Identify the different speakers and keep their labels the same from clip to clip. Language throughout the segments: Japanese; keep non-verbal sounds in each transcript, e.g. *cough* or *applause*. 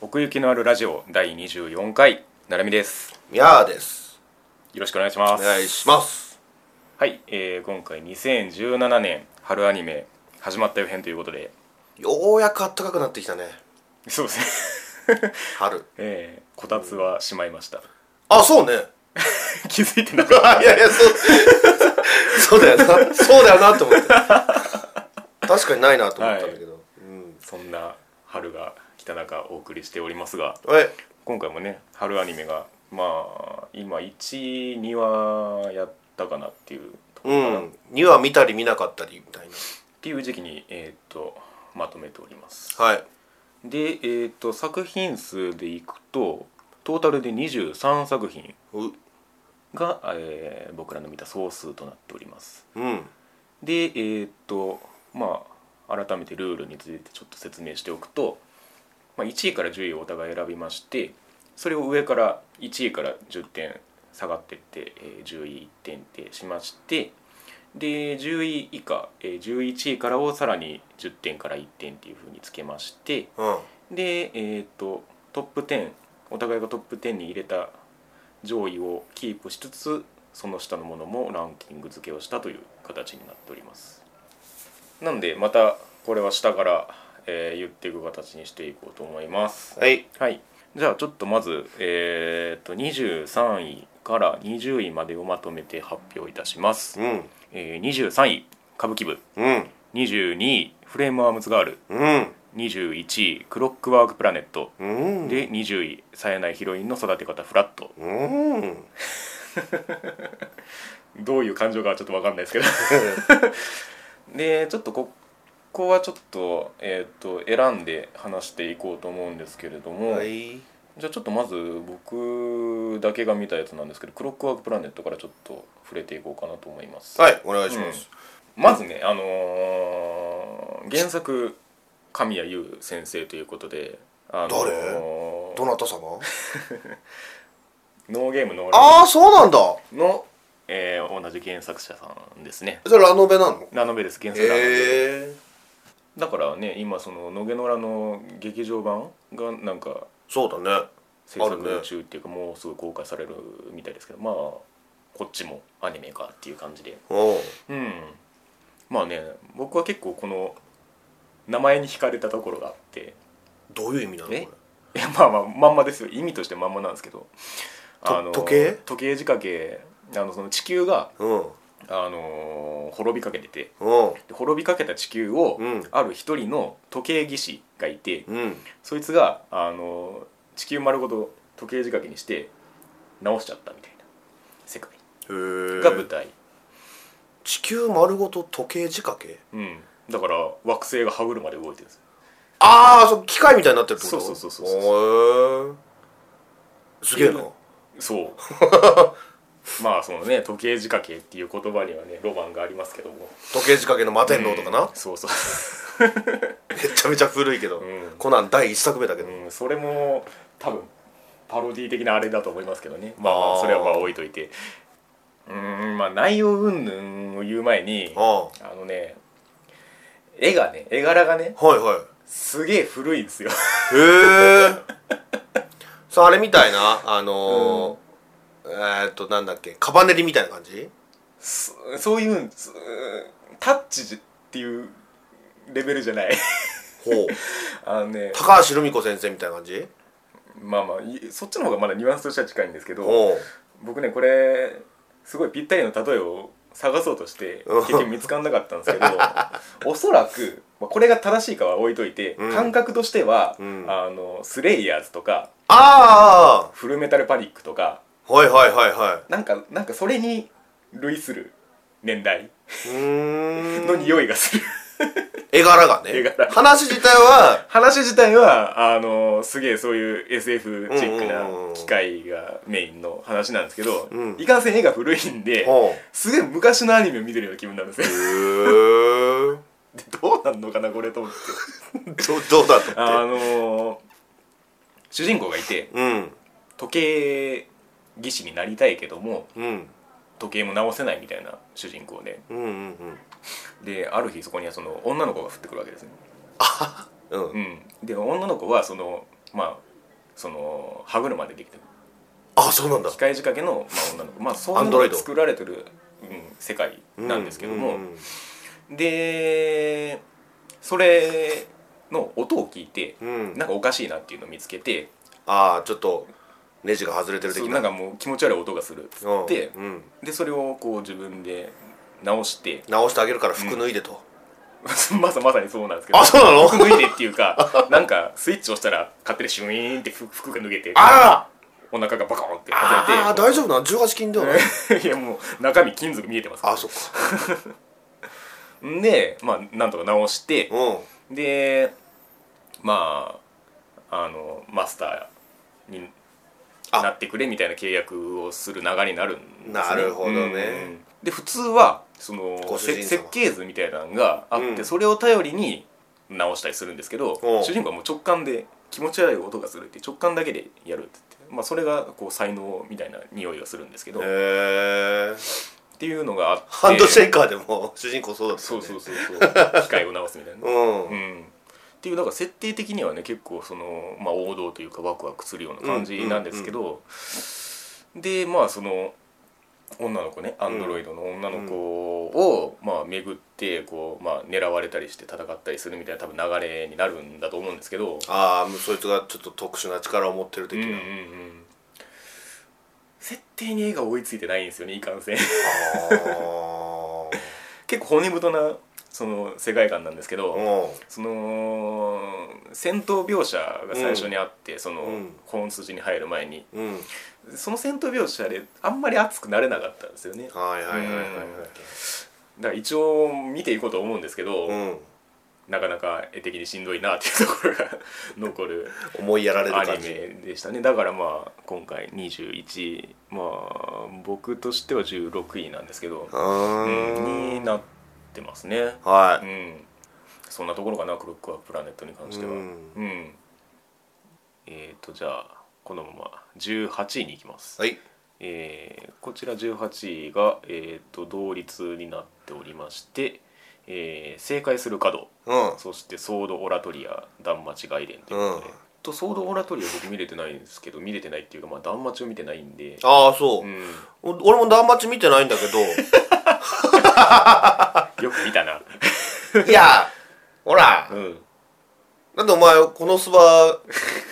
Speaker 1: 奥行きのあるラジオ第24回なるみです
Speaker 2: ミヤーです
Speaker 1: よろしくお願いしま
Speaker 2: お
Speaker 1: す
Speaker 2: 願いします
Speaker 1: はい、えー、今回2017年春アニメ始まったよ編ということで
Speaker 2: ようやく暖かくなってきたね
Speaker 1: そうですね
Speaker 2: 春
Speaker 1: *laughs* えー、こたつはしまいました *laughs*
Speaker 2: あそうね *laughs*
Speaker 1: 気づいてなかった
Speaker 2: いやいやそう *laughs* そうだよなそうだよなって思って確かにないなと思ったんだけど、うん
Speaker 1: そんな春が来た中お送りしておりますが
Speaker 2: え
Speaker 1: 今回もね春アニメがまあ今12話やったかなっていうとこ
Speaker 2: う
Speaker 1: ろかな、っ
Speaker 2: ん2話見たり見なかったりみたいな
Speaker 1: ていう時期にえっ、とまとめております
Speaker 2: はい
Speaker 1: でえっ、と作品数でいくとトータルで23作品
Speaker 2: う
Speaker 1: が、えー僕らの見た総数となっております
Speaker 2: うん
Speaker 1: でえっ、とまあ改めてルールについてちょっと説明しておくと、まあ、1位から10位をお互い選びましてそれを上から1位から10点下がっていって、えー10位1点ってしましてで10位以下、えー11位からをさらに10点から1点っていうふうにつけまして
Speaker 2: うん
Speaker 1: で、えー、とトップ10お互いがトップ10に入れた上位をキープしつつその下のものもランキング付けをしたという形になっておりますなんでまたこれは下から、えー言っていく形にしていこうと思います
Speaker 2: はい
Speaker 1: はいじゃあちょっとまず、えー、と23位から20位までをまとめて発表いたします、
Speaker 2: うん
Speaker 1: えー23位歌舞伎部
Speaker 2: うん
Speaker 1: 22位フレームアームズガール
Speaker 2: うん
Speaker 1: 21位クロックワークプラネット
Speaker 2: うん
Speaker 1: で20位冴えないヒロインの育て方フラット
Speaker 2: うん
Speaker 1: どういう感情かはちょっと分かんないですけ
Speaker 2: *laughs*
Speaker 1: どでちょっとここはちょっと,、えー、と選んで話していこうと思うんですけれども、
Speaker 2: *laughs* はい
Speaker 1: じゃあちょっとまず僕だけが見たやつなんですけど「クロックワークプラネット」からちょっと触れていこうかなと思います、
Speaker 2: はいお願いします、
Speaker 1: まずねあのー原作神谷優先生ということで、あのー
Speaker 2: どなた様
Speaker 1: ノーゲームノーランド
Speaker 2: ああそうなんだ
Speaker 1: の、えー同じ原作者さんですね
Speaker 2: それラノベなの
Speaker 1: ラノベです原作ラノベ、
Speaker 2: へえ
Speaker 1: だからね今その「野毛野良」の劇場版がなんか
Speaker 2: そうだね
Speaker 1: 制
Speaker 2: ある
Speaker 1: 作
Speaker 2: ね
Speaker 1: 中っていうか、もうすぐ公開されるみたいですけどまあこっちもアニメかっていう感じで
Speaker 2: おう
Speaker 1: うんまあね僕は結構この名前に惹かれたところがあって
Speaker 2: どういう意味なのこれ
Speaker 1: えいやまあまあまんまですよ意味としてまんまなんですけど
Speaker 2: と時計
Speaker 1: 時計仕掛けあのその地球が、
Speaker 2: うん
Speaker 1: あのー滅びかけてて
Speaker 2: うん
Speaker 1: で滅びかけた地球を、
Speaker 2: うん
Speaker 1: ある一人の時計技師がいて、
Speaker 2: うん
Speaker 1: そいつがあの地球丸ごと時計仕掛けにして直しちゃったみたいな世界
Speaker 2: へ
Speaker 1: が舞
Speaker 2: え
Speaker 1: 台、
Speaker 2: 地球丸ごと時計仕掛け
Speaker 1: うん、だから惑星が歯車で動いてるんですよ
Speaker 2: ああそう機械みたいになってるってこと
Speaker 1: そうそうそうそう
Speaker 2: そうへえすげえな
Speaker 1: そう
Speaker 2: *laughs*
Speaker 1: まあそのね時計仕掛けっていう言葉にはねロマンがありますけども
Speaker 2: 時計仕掛けの摩天楼とかな、
Speaker 1: うんそうそう、
Speaker 2: めちゃめちゃ古いけど、
Speaker 1: ん
Speaker 2: コナン第一作目だけど、
Speaker 1: うん、それも多分パロディ的なあれだと思いますけどねまあま
Speaker 2: あ
Speaker 1: あ
Speaker 2: ー
Speaker 1: それはまあ置いといてうんまあ内容云々を言う前に
Speaker 2: あ
Speaker 1: あのね絵がね絵柄がね
Speaker 2: あはいは
Speaker 1: すげえ古いんですよ *laughs*
Speaker 2: いへ *laughs* えそうあれみたいなあのーえーっとなんだっけカバネリみたいな感じ
Speaker 1: そそういうんすタッチっていうレベルじゃない *laughs*
Speaker 2: ほう
Speaker 1: あのね
Speaker 2: 高橋留美子先生みたいな感じ
Speaker 1: まあまあいそっちの方がまだニュアンスとしては近いんですけど
Speaker 2: ほう
Speaker 1: 僕ねこれすごいぴったりの例えを探そうとして
Speaker 2: うん
Speaker 1: 結局見つからなかったんですけ
Speaker 2: *laughs*
Speaker 1: どおそらく、まあ、これが正しいかは置いといて、
Speaker 2: うん
Speaker 1: 感覚としては、
Speaker 2: うん
Speaker 1: あのスレイヤーズとか
Speaker 2: あ
Speaker 1: フルメタルパニックとか
Speaker 2: あはいはいはいは
Speaker 1: なんかなんかそれに類する年代
Speaker 2: いう
Speaker 1: *laughs*
Speaker 2: ーん
Speaker 1: の匂いがする
Speaker 2: 絵柄がね
Speaker 1: 絵柄
Speaker 2: 話自体
Speaker 1: *laughs*
Speaker 2: は
Speaker 1: 話自体はあのすげえそういう SF チック
Speaker 2: うんうんうんう
Speaker 1: なん機械がメインの話なんですけど、
Speaker 2: うん
Speaker 1: いかんせん絵が古いんで、
Speaker 2: ほ
Speaker 1: すげえ昔のアニメを見てるような気分なんですよ
Speaker 2: うへえ
Speaker 1: で *laughs* どうなんのかなこれと思って
Speaker 2: どどうだと
Speaker 1: あ
Speaker 2: 思って
Speaker 1: の主人公がいて
Speaker 2: うん
Speaker 1: 時計技師になりたいけども
Speaker 2: うん
Speaker 1: 時計も直せないみたいな主人公で
Speaker 2: うんうんうん
Speaker 1: である日そこにはその女の子が降ってくるわけですね
Speaker 2: うん
Speaker 1: うん、で女の子はそのまあその歯車でできてる
Speaker 2: あそうなんだ
Speaker 1: 機械仕掛けの、まあ、女の子まあそういうの
Speaker 2: Android
Speaker 1: で作られてる、うん、世界 *laughs* なんですけども、
Speaker 2: うんうん
Speaker 1: でそれの音を聞いて、
Speaker 2: うん
Speaker 1: なんかおかしいなっていうのを見つけて
Speaker 2: ああちょっとネジが外れてる的
Speaker 1: そう
Speaker 2: な
Speaker 1: なんかもう気持ち悪い音がするっつ
Speaker 2: うん
Speaker 1: って、
Speaker 2: うん
Speaker 1: でそれをこう自分で直して *laughs*
Speaker 2: 直してあげるから服脱いでと、
Speaker 1: まさまさにそうなんですけど
Speaker 2: あそうなの
Speaker 1: 服脱いでっていうかなんかスイッチ押したら勝手にシュイーンって服服が脱げて
Speaker 2: あ
Speaker 1: お腹がバコーンって
Speaker 2: らああ
Speaker 1: 外
Speaker 2: 大丈夫なの18金ではない
Speaker 1: れて *laughs* いやもう中身金属見えてます
Speaker 2: あそっか
Speaker 1: んでまあなんとか直して
Speaker 2: うん
Speaker 1: でまああのマスターに
Speaker 2: あ
Speaker 1: なってくれみたいな契約をする流れになるんです、ね、
Speaker 2: なるほどね
Speaker 1: うんで普通はその
Speaker 2: ご主人
Speaker 1: せ
Speaker 2: 様
Speaker 1: 設計図みたいなのがあって、
Speaker 2: うん
Speaker 1: それを頼りに直したりするんですけど
Speaker 2: おう
Speaker 1: 主人公はもう直感で気持ち悪い音がするって直感だけでやるって言って、まあ、それがこう才能みたいな匂いがするんですけどっ
Speaker 2: へえ
Speaker 1: ていうのがあって
Speaker 2: ハンドシェイカーでも主人公そうだった
Speaker 1: そ
Speaker 2: よ
Speaker 1: う
Speaker 2: ね
Speaker 1: そうそうそう機械を直すみたいな
Speaker 2: うん、
Speaker 1: う
Speaker 2: うん
Speaker 1: ん、っていうなんか設定的にはね結構その、まあ、王道というかワクワクするような感じなんですけど、でまあその女の子ねアンドロイドの女の子を、まあ、巡ってこう、まあ、狙われたりして戦ったりするみたいな多分流れになるんだと思うんですけど、
Speaker 2: ああもうそいつがちょっと特殊な力を持ってる
Speaker 1: うん
Speaker 2: 的
Speaker 1: うんう
Speaker 2: な、
Speaker 1: ん、設定に絵が追いついてないんですよねいかんせん *laughs*
Speaker 2: あ
Speaker 1: 結構骨太なその世界観なんですけど、
Speaker 2: あうん
Speaker 1: その戦闘描写が最初にあって、その
Speaker 2: うん
Speaker 1: 本筋に入る前に
Speaker 2: うん
Speaker 1: その戦闘描写であんまり熱くなれなかったんですよねだか
Speaker 2: はいはいはいはい
Speaker 1: ら一応見ていこうと思うんですけど、
Speaker 2: はい、うん、
Speaker 1: なかなか絵的にしんどいなっていうところが *laughs* 残る
Speaker 2: 思いやられる
Speaker 1: ア
Speaker 2: 感
Speaker 1: ニ
Speaker 2: じ
Speaker 1: メでしたねだからまあ今回21まあ僕としては16位なんですけど、
Speaker 2: う
Speaker 1: うん
Speaker 2: ー
Speaker 1: に
Speaker 2: ん
Speaker 1: なってますね
Speaker 2: は
Speaker 1: う
Speaker 2: い
Speaker 1: んそんなところかなクロックはプラネットに関しては
Speaker 2: う
Speaker 1: うんん、えっ、ー、とじゃあこのまま18位に行きます、
Speaker 2: はい
Speaker 1: えーこちら18位が、えー、と同率になっておりまして、えー正解する角
Speaker 2: うん
Speaker 1: そしてソード・オラトリア断末外伝ということで、
Speaker 2: うん
Speaker 1: とソード・オラトリア僕見れてないんですけど見れてないっていうか、まあ、断末を見てないんで
Speaker 2: ああそうう、
Speaker 1: ん、
Speaker 2: お俺もダンマチ見てないんだけど
Speaker 1: よく見たな *laughs*
Speaker 2: いやほら
Speaker 1: うん
Speaker 2: だってお前このスバ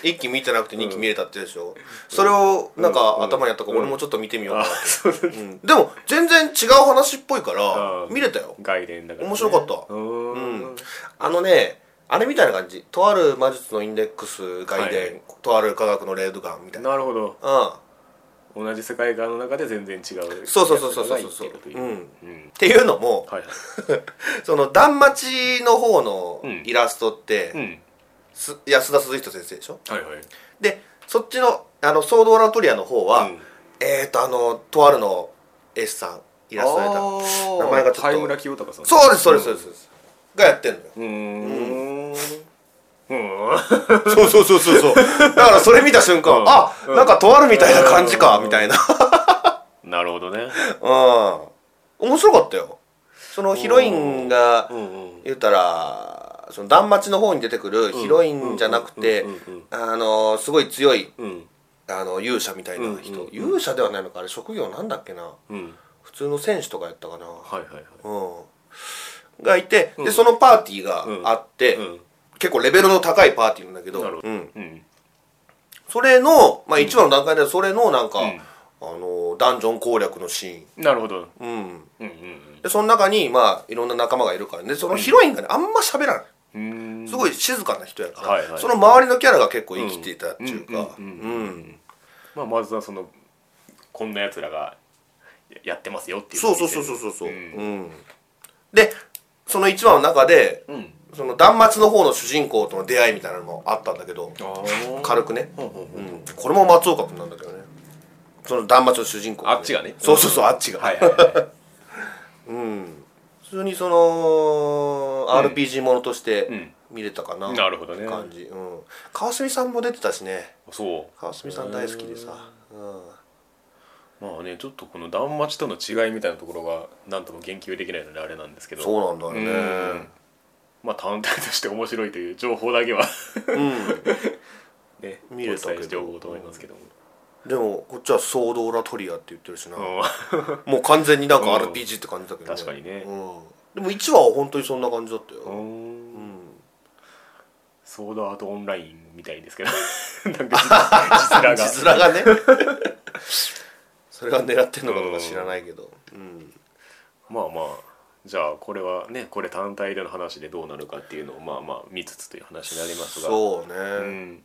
Speaker 2: 1期見てなくて2期見れたって言うでしょ、それをなんか
Speaker 1: うん
Speaker 2: 頭にあったから
Speaker 1: うん
Speaker 2: 俺もちょっと見てみようか
Speaker 1: あ
Speaker 2: な、
Speaker 1: そうだ
Speaker 2: うんでも全然違う話っぽいから
Speaker 1: うん
Speaker 2: 見れたよ
Speaker 1: 外伝だから、
Speaker 2: 面白かった
Speaker 1: うー
Speaker 2: うん
Speaker 1: ん
Speaker 2: あのねあれみたいな感じとある魔術のインデックス外伝、
Speaker 1: はい
Speaker 2: とある科学のレールガンみたいな
Speaker 1: なるほど
Speaker 2: うん
Speaker 1: 同じ世界観の中で全然違う
Speaker 2: そうそうそうそうそうそう
Speaker 1: やつが生きてるとい
Speaker 2: うん
Speaker 1: うん
Speaker 2: っていうのも
Speaker 1: はいはい
Speaker 2: その断末の方の
Speaker 1: うん
Speaker 2: イラストって、
Speaker 1: うん
Speaker 2: す安田鈴人先生でしょ
Speaker 1: はいはい
Speaker 2: でそっちのあのソード・オラトリアの方は、
Speaker 1: うん
Speaker 2: えーとあのとあるの S さんイラストレーター
Speaker 1: ー
Speaker 2: 名前がちょっと
Speaker 1: 貝村清隆さん
Speaker 2: そうですそうですそうですそうです、がや
Speaker 1: *laughs*
Speaker 2: ってんのよ
Speaker 1: うーんうーん
Speaker 2: そうそうそうそうそう *laughs* だからそれ見た瞬間、
Speaker 1: うん
Speaker 2: あ、
Speaker 1: うん
Speaker 2: なんかとあるみたいな感じか、
Speaker 1: うん
Speaker 2: みたいな
Speaker 1: なるほどね
Speaker 2: うん面白かったよそのヒロインが、
Speaker 1: んうん
Speaker 2: 言うたらその断末の方に出てくるヒロインじゃなくて
Speaker 1: うんうん
Speaker 2: あのすごい強い
Speaker 1: うん
Speaker 2: あの勇者みたいな人、
Speaker 1: うんうんうん
Speaker 2: 勇者ではないのかあれ職業なんだっけな
Speaker 1: うん
Speaker 2: 普通の選手とかやったかな、
Speaker 1: はいはいは
Speaker 2: うんがいて、
Speaker 1: う
Speaker 2: で
Speaker 1: ん
Speaker 2: そのパーティーがあって、
Speaker 1: いうん
Speaker 2: 結構レベルの高いパーティーなんだけど
Speaker 1: なるほど
Speaker 2: うん、
Speaker 1: うん
Speaker 2: それの、まあ、1話の段階ではそれのなんか、
Speaker 1: うん
Speaker 2: あのダンジョン攻略のシ
Speaker 1: なるほど
Speaker 2: ーン、うん、
Speaker 1: うんうん
Speaker 2: でその中にまあいろんな仲間がいるからねそのヒロインがねあんま喋らない
Speaker 1: うんうーん
Speaker 2: すごい静かな人やから、
Speaker 1: はいはい
Speaker 2: その周りのキャラが結構生きていたっていうか
Speaker 1: うんうんうんうんまあまずはそのこんな奴らがややってますよっていう
Speaker 2: そうそうそうそうそうそう
Speaker 1: う
Speaker 2: うん
Speaker 1: ん
Speaker 2: でその1話の中で
Speaker 1: うん
Speaker 2: その断末の方の主人公との出会いみたいなのもあったんだけど軽
Speaker 1: く
Speaker 2: くね、
Speaker 1: ほうほうほ
Speaker 2: う、
Speaker 1: うん
Speaker 2: これも松岡君なんだけどねその断末の主人公、
Speaker 1: あっちがね
Speaker 2: そうそうそうあっちが、
Speaker 1: はいはいは
Speaker 2: うん普通にその RPG ものとし
Speaker 1: い、う
Speaker 2: て
Speaker 1: ん、
Speaker 2: 見れたかな、
Speaker 1: なるほどね
Speaker 2: 感じ、うん、川澄さんも出てたしね
Speaker 1: そ
Speaker 2: 川澄さん大好きでさ、う
Speaker 1: うまあねちょっとこの断末との違いみたいなところが何とも言及できないのであれなんですけ
Speaker 2: ん、
Speaker 1: ど
Speaker 2: そうなんだよ
Speaker 1: うん
Speaker 2: ね
Speaker 1: まあ単体として面白いという情報だけは
Speaker 2: うん、
Speaker 1: *laughs* ねお
Speaker 2: 見
Speaker 1: 伝
Speaker 2: れ
Speaker 1: え
Speaker 2: たけど
Speaker 1: しておこうと思いますけども、
Speaker 2: でもこっちはソードオラトリアって言ってるしな、
Speaker 1: うん
Speaker 2: もう完全になんか
Speaker 1: うん
Speaker 2: RPG って感じだけど、
Speaker 1: 確かにね
Speaker 2: うん、でも1話は本当にそんな感じだったよ、
Speaker 1: う
Speaker 2: うん
Speaker 1: んソードアートオンラインみたいですけ
Speaker 2: *laughs*
Speaker 1: どなんか字面が
Speaker 2: 字面
Speaker 1: *laughs*
Speaker 2: がねそれが狙ってんのかどうか知らないけど、うん、
Speaker 1: まあまあじゃあこれはねこれ単体での話でどうなるかっていうのをまあまあ見つつという話になりますが
Speaker 2: そうね、
Speaker 1: うん、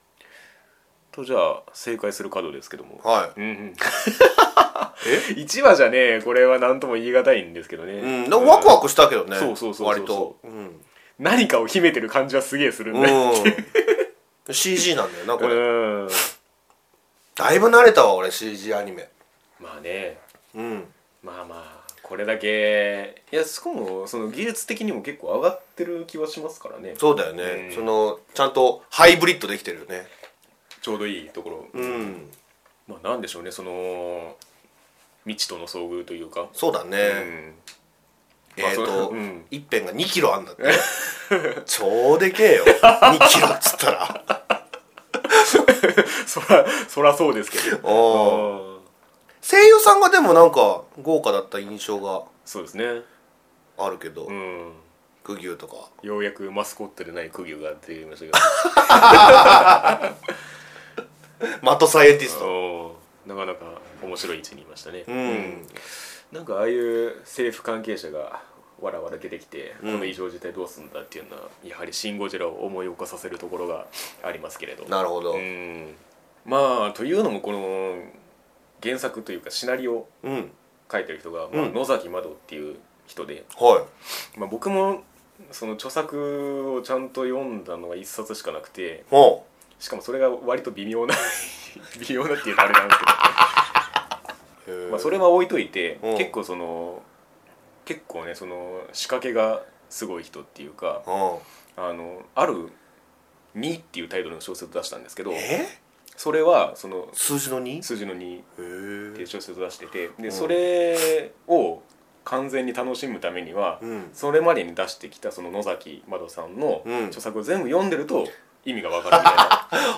Speaker 1: とじゃあ正解する角ですけども、
Speaker 2: はい
Speaker 1: うん *laughs* うん、1話じゃねこれは何とも言い難いんですけどね、
Speaker 2: うん、でもワクワクしたけどね、
Speaker 1: そうそうそうそう
Speaker 2: 割と、
Speaker 1: *laughs*
Speaker 2: うん
Speaker 1: 何かを秘めてる感じはすげえするんだよ、 *laughs*
Speaker 2: うん、CG なんだよなこ
Speaker 1: う
Speaker 2: れ、
Speaker 1: ん、
Speaker 2: だいぶ慣れたわ俺 CG アニメ
Speaker 1: まあね
Speaker 2: うん
Speaker 1: まあまあこれだけいやしかもその技術的にも結構上がってる気はしますからね
Speaker 2: そうだよね、
Speaker 1: うん
Speaker 2: そのちゃんとハイブリッドできてるよね
Speaker 1: ちょうどいいところ、
Speaker 2: うん
Speaker 1: まあなんでしょうねその未知との遭遇というか、
Speaker 2: そうだね、
Speaker 1: うんまあ
Speaker 2: えっ、
Speaker 1: そ
Speaker 2: と、
Speaker 1: うん
Speaker 2: 一辺が2キロあんだ
Speaker 1: *laughs*
Speaker 2: って超でけえよ2キロっつったら
Speaker 1: *laughs* そらそらそうですけ
Speaker 2: *laughs*
Speaker 1: ど
Speaker 2: お
Speaker 1: うん
Speaker 2: 声優さんがでもなんか豪華だった印象が
Speaker 1: そうですね
Speaker 2: あるけど、
Speaker 1: うん
Speaker 2: クギュウとか
Speaker 1: ようやくマスコットでない釘が出てきましたけ
Speaker 2: マットサイエンティス
Speaker 1: ど
Speaker 2: ト
Speaker 1: うんなかなか面白い位置にいましたね
Speaker 2: うん、
Speaker 1: なんかああいう政府関係者がわらわら出てきて、
Speaker 2: うん
Speaker 1: この異常事態どうすんだっていうのはやはり「シン・ゴジラ」を思い起こさせるところがありますけれど
Speaker 2: なるほど、
Speaker 1: う
Speaker 2: うん
Speaker 1: んまあというのもこの原作というかシナリオを書いてる人が、まあ
Speaker 2: うん
Speaker 1: 野崎窓っていう人で、
Speaker 2: は
Speaker 1: まあ、僕もその著作をちゃんと読んだのが一冊しかなくて
Speaker 2: いも
Speaker 1: しかもそれが割と微妙な *laughs* 微妙なっていうとあれなんですけ
Speaker 2: う
Speaker 1: ど、
Speaker 2: へえ
Speaker 1: まあ、それは置いといて
Speaker 2: うん
Speaker 1: 結構その結構ねその仕掛けがすごい人っていうか
Speaker 2: うん
Speaker 1: あのある「2」っていうタイトルの小説を出したんですけど
Speaker 2: え
Speaker 1: それはその
Speaker 2: 数字の 2? へ
Speaker 1: 数字の2っていう
Speaker 2: え
Speaker 1: 小説を出してて
Speaker 2: う
Speaker 1: で
Speaker 2: ん
Speaker 1: それを完全に楽しむためには
Speaker 2: うん
Speaker 1: それまでに出してきたその野崎窓さんの
Speaker 2: うん
Speaker 1: 著作を全部読んでると意味がわかるみた
Speaker 2: *laughs*
Speaker 1: いな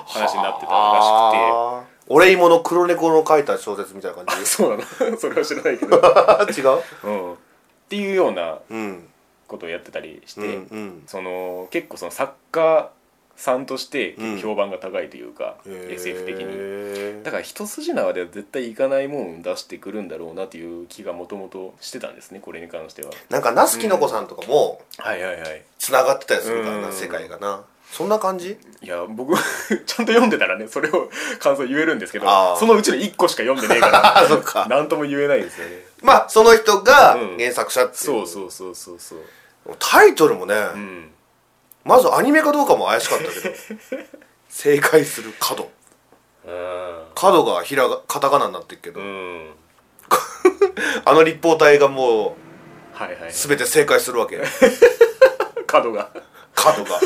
Speaker 1: 話になってたらしくて。
Speaker 2: あー俺芋の黒猫の書いた小説みたいな感
Speaker 1: そうなの *laughs* それは知らないけど、
Speaker 2: *laughs*
Speaker 1: *laughs*
Speaker 2: じ違う
Speaker 1: うん、っていうような
Speaker 2: うん
Speaker 1: ことをやってたりして、
Speaker 2: うんうん
Speaker 1: その結構その作家さんとして
Speaker 2: うん
Speaker 1: 評判が高いというか、SF 的に
Speaker 2: に
Speaker 1: だから一筋縄では絶対いかないもん出してくるんだろうなという気がもともとしてたんですねこれに関しては
Speaker 2: なんかナスキノコさんとかも
Speaker 1: はいはいはい
Speaker 2: つながってたりするからな、
Speaker 1: うん
Speaker 2: 世界がなそんな感
Speaker 1: *laughs*
Speaker 2: じ
Speaker 1: いや僕ちゃんと読んでたらねそれを感想言えるんですけど
Speaker 2: あー
Speaker 1: そのうちの1個しか読んでねえか *laughs*
Speaker 2: あそっ
Speaker 1: ら
Speaker 2: か
Speaker 1: 何とも言えないですよね
Speaker 2: *laughs* まあその人が
Speaker 1: うん
Speaker 2: 原作者っていう,、
Speaker 1: そうそうそうそうそう
Speaker 2: タイトルもね、
Speaker 1: うん
Speaker 2: まずアニメかどうかも怪しかった
Speaker 1: *laughs*
Speaker 2: けど正解する角
Speaker 1: うん
Speaker 2: 角がひらがカタカナになってるけど、
Speaker 1: うん
Speaker 2: あの立方体がもう
Speaker 1: はいはい
Speaker 2: 全て正解するわけ
Speaker 1: 角が
Speaker 2: 角が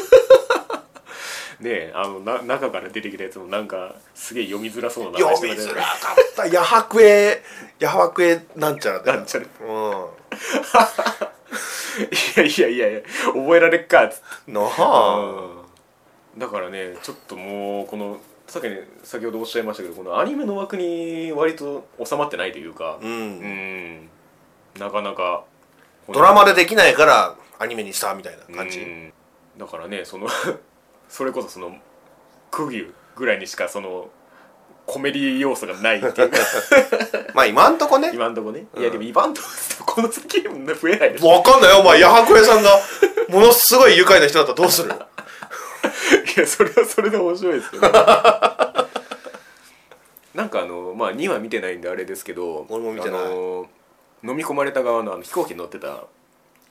Speaker 1: ねえあのな中から出てきたやつもなんかすげえ読みづらそうな名前して
Speaker 2: 読
Speaker 1: た
Speaker 2: み
Speaker 1: ね
Speaker 2: づらかったヤハクエヤハクエなんちゃらだよ
Speaker 1: なんちゃら
Speaker 2: う
Speaker 1: いやいやいやいや覚えられっかっつって
Speaker 2: んなあ
Speaker 1: だからねちょっともうこのさっきね先ほどおっしゃいましたけどこのアニメの枠に割と収まってないというか
Speaker 2: う
Speaker 1: うんんなかなか
Speaker 2: ドラマでできないからアニメにしたみたいな感じ、
Speaker 1: うんだからねその *laughs* それこそその釘ぐらいにしかそのコメディ要素がないっていうか
Speaker 2: まあ今んとこね
Speaker 1: *laughs* 今んとこね、
Speaker 2: うん
Speaker 1: いやでも今んとここの先もね増えないでしょ
Speaker 2: わかんないよお前ヤハクエさんがものすごい愉快な人だったらどうする
Speaker 1: いやそれはそれで面白いですけど *laughs* なんかあのまあ2は見てないんであれですけど
Speaker 2: 俺も見てない
Speaker 1: あの飲み込まれた側のあの飛行機に乗ってた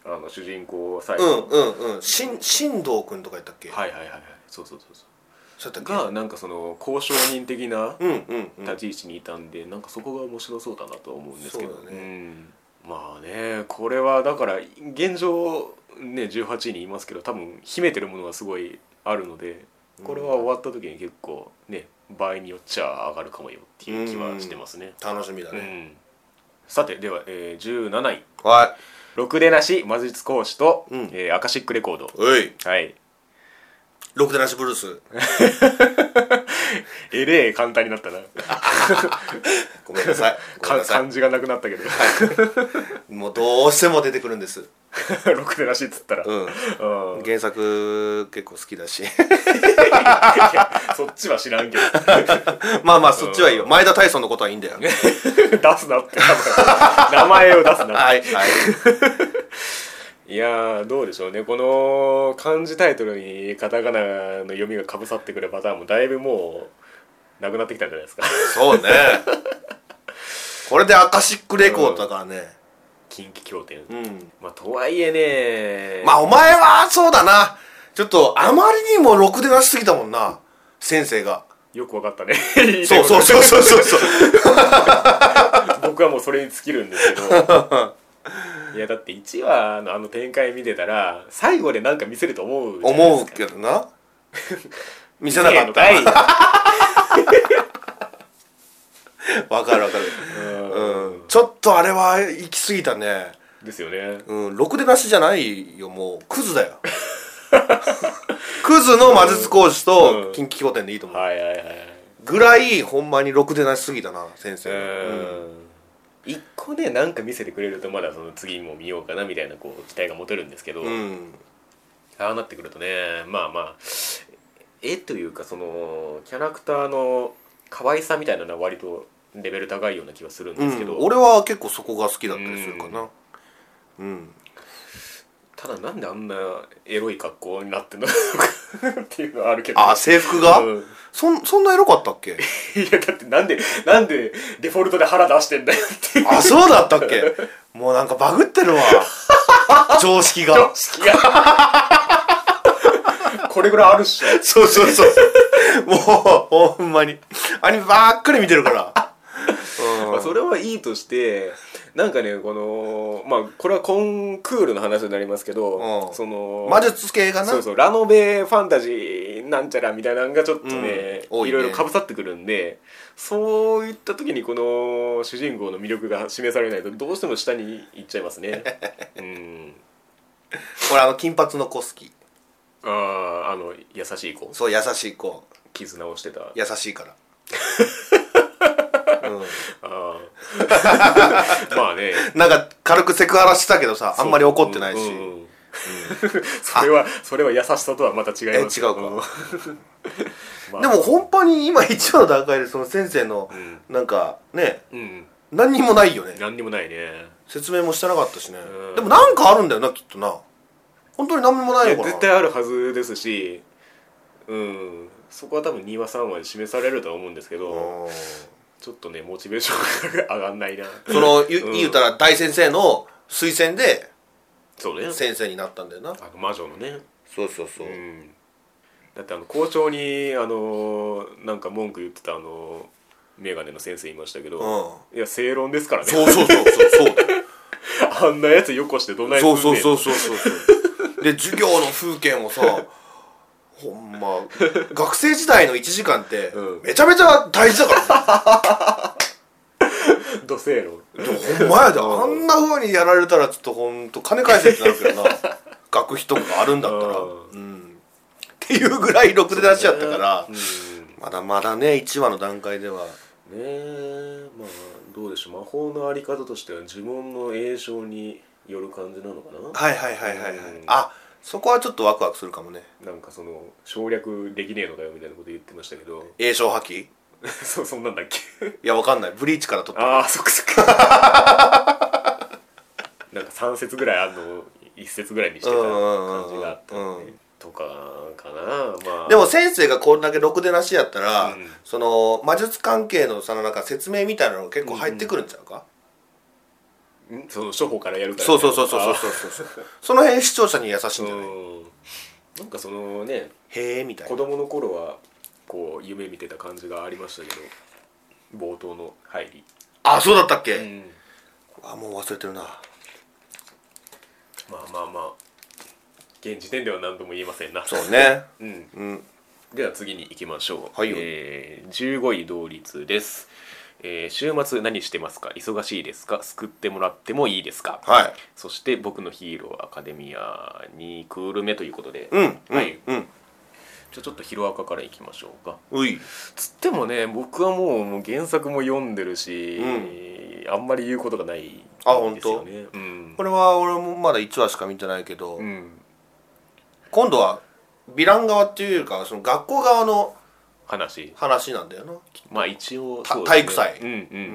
Speaker 1: あの主人公最
Speaker 2: う
Speaker 1: 後、
Speaker 2: んうんうんしん新藤君とかやったっけ、
Speaker 1: はいはいはいはいそうそうそうそ
Speaker 2: そうやっ
Speaker 1: う
Speaker 2: たっ
Speaker 1: がなんかその交渉人的な
Speaker 2: けうんうんうん
Speaker 1: 立ち位置にいたんで、なんかそこが面白そうだなとは思うんですけど
Speaker 2: そうだね
Speaker 1: うんまあねこれはだから現状ね18人いますけど多分秘めてるものがすごいあるのでこれは終わった時に結構ね場合によっちゃ上がるかもよっていう気はしてますね。
Speaker 2: 楽しみだ
Speaker 1: うん
Speaker 2: ね、
Speaker 1: さてでは、えー17位
Speaker 2: は
Speaker 1: 「ろくでなし魔術講師」と、
Speaker 2: うん
Speaker 1: えーアカシックレコード」
Speaker 2: いおい
Speaker 1: はい
Speaker 2: ろくでなしブルース
Speaker 1: えれえ簡単になったな
Speaker 2: ごめんなさいごめ
Speaker 1: *laughs* か
Speaker 2: んなさ
Speaker 1: 漢字がなくなったけど
Speaker 2: いもうどうしても出てくるんです
Speaker 1: *laughs* ろくでなしいっつったら、
Speaker 2: うん
Speaker 1: うん
Speaker 2: 原作結構好きだし
Speaker 1: *laughs* そっちは知らんけど
Speaker 2: まあまあそっちはいいよ前田大尊のことはいいんだよ
Speaker 1: 出すなって名前を出すな
Speaker 2: はいはい
Speaker 1: いやーどうでしょうねこの漢字タイトルにカタカナの読みがかぶさってくるパターンもだいぶもうなくなってきたんじゃないですか *laughs*
Speaker 2: そうねこれでアカシックレコードだからね
Speaker 1: 近畿協定、
Speaker 2: うん
Speaker 1: まあとはいえね
Speaker 2: まあお前はそうだなちょっとあまりにもろくでなしすぎたもんな先生が
Speaker 1: よくわかったね
Speaker 2: *laughs* そうそうそうそうそうそう
Speaker 1: *laughs* 僕はもうそれに尽きるん
Speaker 2: *laughs*
Speaker 1: ですけどいやだって1話のあの展開見てたら最後でなんか見せると思うじゃない
Speaker 2: 思
Speaker 1: です
Speaker 2: う
Speaker 1: か
Speaker 2: けどな *laughs* 見せなかっ
Speaker 1: 見えんのか
Speaker 2: たわかるわかる
Speaker 1: い
Speaker 2: *laughs* うんちょっとあれは行き過ぎたね
Speaker 1: うんですよね
Speaker 2: うんろくでなしじゃないよもうクズだよ *laughs* クズの魔術講師
Speaker 1: う
Speaker 2: と
Speaker 1: ん
Speaker 2: 近畿拠点でいいと思う
Speaker 1: はいはいはい
Speaker 2: ぐらいほんまにろくでなしすぎたな先生うん
Speaker 1: うん一個ねなんか見せてくれるとまだその次も見ようかなみたいなこう期待が持てるんですけど、
Speaker 2: うん
Speaker 1: ああなってくるとねまあまあ絵というかそのキャラクターの可愛さみたいなのは割とレベル高いような気はするん
Speaker 2: う
Speaker 1: ですけど、
Speaker 2: ん俺は結構そこが好きだったりするかなうん
Speaker 1: ただなんであんなエロい格好になってんのかっていうのはあるけど
Speaker 2: あ制服が
Speaker 1: うん
Speaker 2: そんそんなエロかったっけ
Speaker 1: いやだってなんでなんでデフォルトで腹出してんだよっていう *laughs*
Speaker 2: あそうだったっけもうなんかバグってるわ常識が
Speaker 1: 常識が *laughs* これぐらいあるっしょ
Speaker 2: そうそうそう。もう、ほんまに。アニメばっかり見てるから。
Speaker 1: まあ、それはいいとしてなんかねこのまあこれはコンクールの話になりますけど、
Speaker 2: うん
Speaker 1: その
Speaker 2: 魔術系がな。
Speaker 1: そうそうラノベファンタジーなんちゃらみたいなのがちょっとね,、
Speaker 2: うん多いね
Speaker 1: いろいろかぶさってくるんでそういった時にこの主人公の魅力が示されないとどうしても下に行っちゃいます
Speaker 2: *laughs*
Speaker 1: ねうん
Speaker 2: 俺あの、金髪の子好き。
Speaker 1: あああの優しい子
Speaker 2: そう、優しい子。
Speaker 1: 絆をしてたあ
Speaker 2: 優し
Speaker 1: *laughs*
Speaker 2: いから。うん
Speaker 1: あ *laughs* まあね
Speaker 2: なんか軽くセクハラしたけどさあんまり怒ってないし、
Speaker 1: うんう
Speaker 2: *laughs*
Speaker 1: んうんそれはそれは優しさとはまた違います
Speaker 2: え違うか
Speaker 1: んまあ
Speaker 2: *laughs* でも本当に今一話の段階でその先生の
Speaker 1: ん
Speaker 2: なんかね
Speaker 1: うん
Speaker 2: 何にもないよね
Speaker 1: 何にもないね
Speaker 2: 説明もしてなかったしね
Speaker 1: うん
Speaker 2: でもなんかあるんだよなきっとな本当に何にもないい
Speaker 1: や
Speaker 2: のか
Speaker 1: 絶
Speaker 2: な
Speaker 1: 対あるはずですしうんそこは多分2話3話で示されるとは思うんですけど
Speaker 2: うん
Speaker 1: ちょっとねモチベーションが上がんないな
Speaker 2: そのゆ
Speaker 1: うん
Speaker 2: 言うたら大先生の推薦で
Speaker 1: そうね
Speaker 2: 先生になったんだよな
Speaker 1: あの魔女のね
Speaker 2: そうそうそうう、
Speaker 1: んだってあの校長にあのなんか文句言ってたあの眼鏡の先生いましたけど、いや正論ですからね
Speaker 2: そうそうそうそうそう
Speaker 1: *laughs* あんなやつよこしてどないすん
Speaker 2: そ
Speaker 1: ね
Speaker 2: うんそうそうそうそうで授業の風景もさほんま学生時代の1時間って
Speaker 1: うん
Speaker 2: めちゃめちゃ大事だから
Speaker 1: ど正論
Speaker 2: ね、でもほんまやであんな風にやられたらちょっとほんと金返せってなるけどな学費とかがあるんだったら
Speaker 1: う
Speaker 2: うんん、っていうぐらいろくで出しちゃったから、
Speaker 1: うん
Speaker 2: まだまだね1話の段階では
Speaker 1: ねえまあどうでしょう魔法のあり方としては呪文の栄唱による感じなのかな
Speaker 2: はいはいはいはいはい、
Speaker 1: うん
Speaker 2: あそこはちょっとワクワクするかもね
Speaker 1: なんかその省略できねえのかよみたいなこと言ってましたけど *laughs*
Speaker 2: 栄翔破棄い
Speaker 1: そうそんなんだっけ
Speaker 2: やわかんないブリーチから取った
Speaker 1: ああそっかそっか *laughs* なんか3節ぐらいあんの1節ぐらいにしてた感じがあった
Speaker 2: うんうん
Speaker 1: ん
Speaker 2: うんう
Speaker 1: で
Speaker 2: ん
Speaker 1: とかかなまあ
Speaker 2: でも先生がこんだけろくでなしやったら、
Speaker 1: うん
Speaker 2: その魔術関係のそのなんか説明みたいなの結構入ってくるんちゃうか、
Speaker 1: んその初歩からやるから
Speaker 2: そうそうそうそうそうそうそう *laughs* その辺視聴者に優しいんじゃない、
Speaker 1: うんなんかそのね
Speaker 2: へえみたい
Speaker 1: 子
Speaker 2: な
Speaker 1: 供の頃はこう夢見てた感じがありましたけど冒頭の入り、
Speaker 2: あそうだったっけ、あもう忘れてるな
Speaker 1: まあまあまあ現時点では何とも言えませんな
Speaker 2: そうね
Speaker 1: うん、
Speaker 2: *laughs* うん
Speaker 1: では次に行きましょう、
Speaker 2: はいよ
Speaker 1: えー15位同率です、えー週末何してますか忙しいですか救ってもらってもいいですか
Speaker 2: はい
Speaker 1: そして僕のヒーローアカデミア2クール目ということで、
Speaker 2: うんうん、
Speaker 1: はい
Speaker 2: うん
Speaker 1: じゃあちょっとヒロアカからいきましょうか
Speaker 2: うい
Speaker 1: つってもね僕はもうもう原作も読んでるし、あんまり言うことがないんですよね
Speaker 2: あ本当
Speaker 1: うん
Speaker 2: これは俺もまだ1話しか見てないけど、
Speaker 1: うん
Speaker 2: 今度はヴィラン側っていうよりかはその学校側の
Speaker 1: 話
Speaker 2: 話なんだよな
Speaker 1: まあ一応
Speaker 2: た
Speaker 1: そう
Speaker 2: 体育祭
Speaker 1: うんう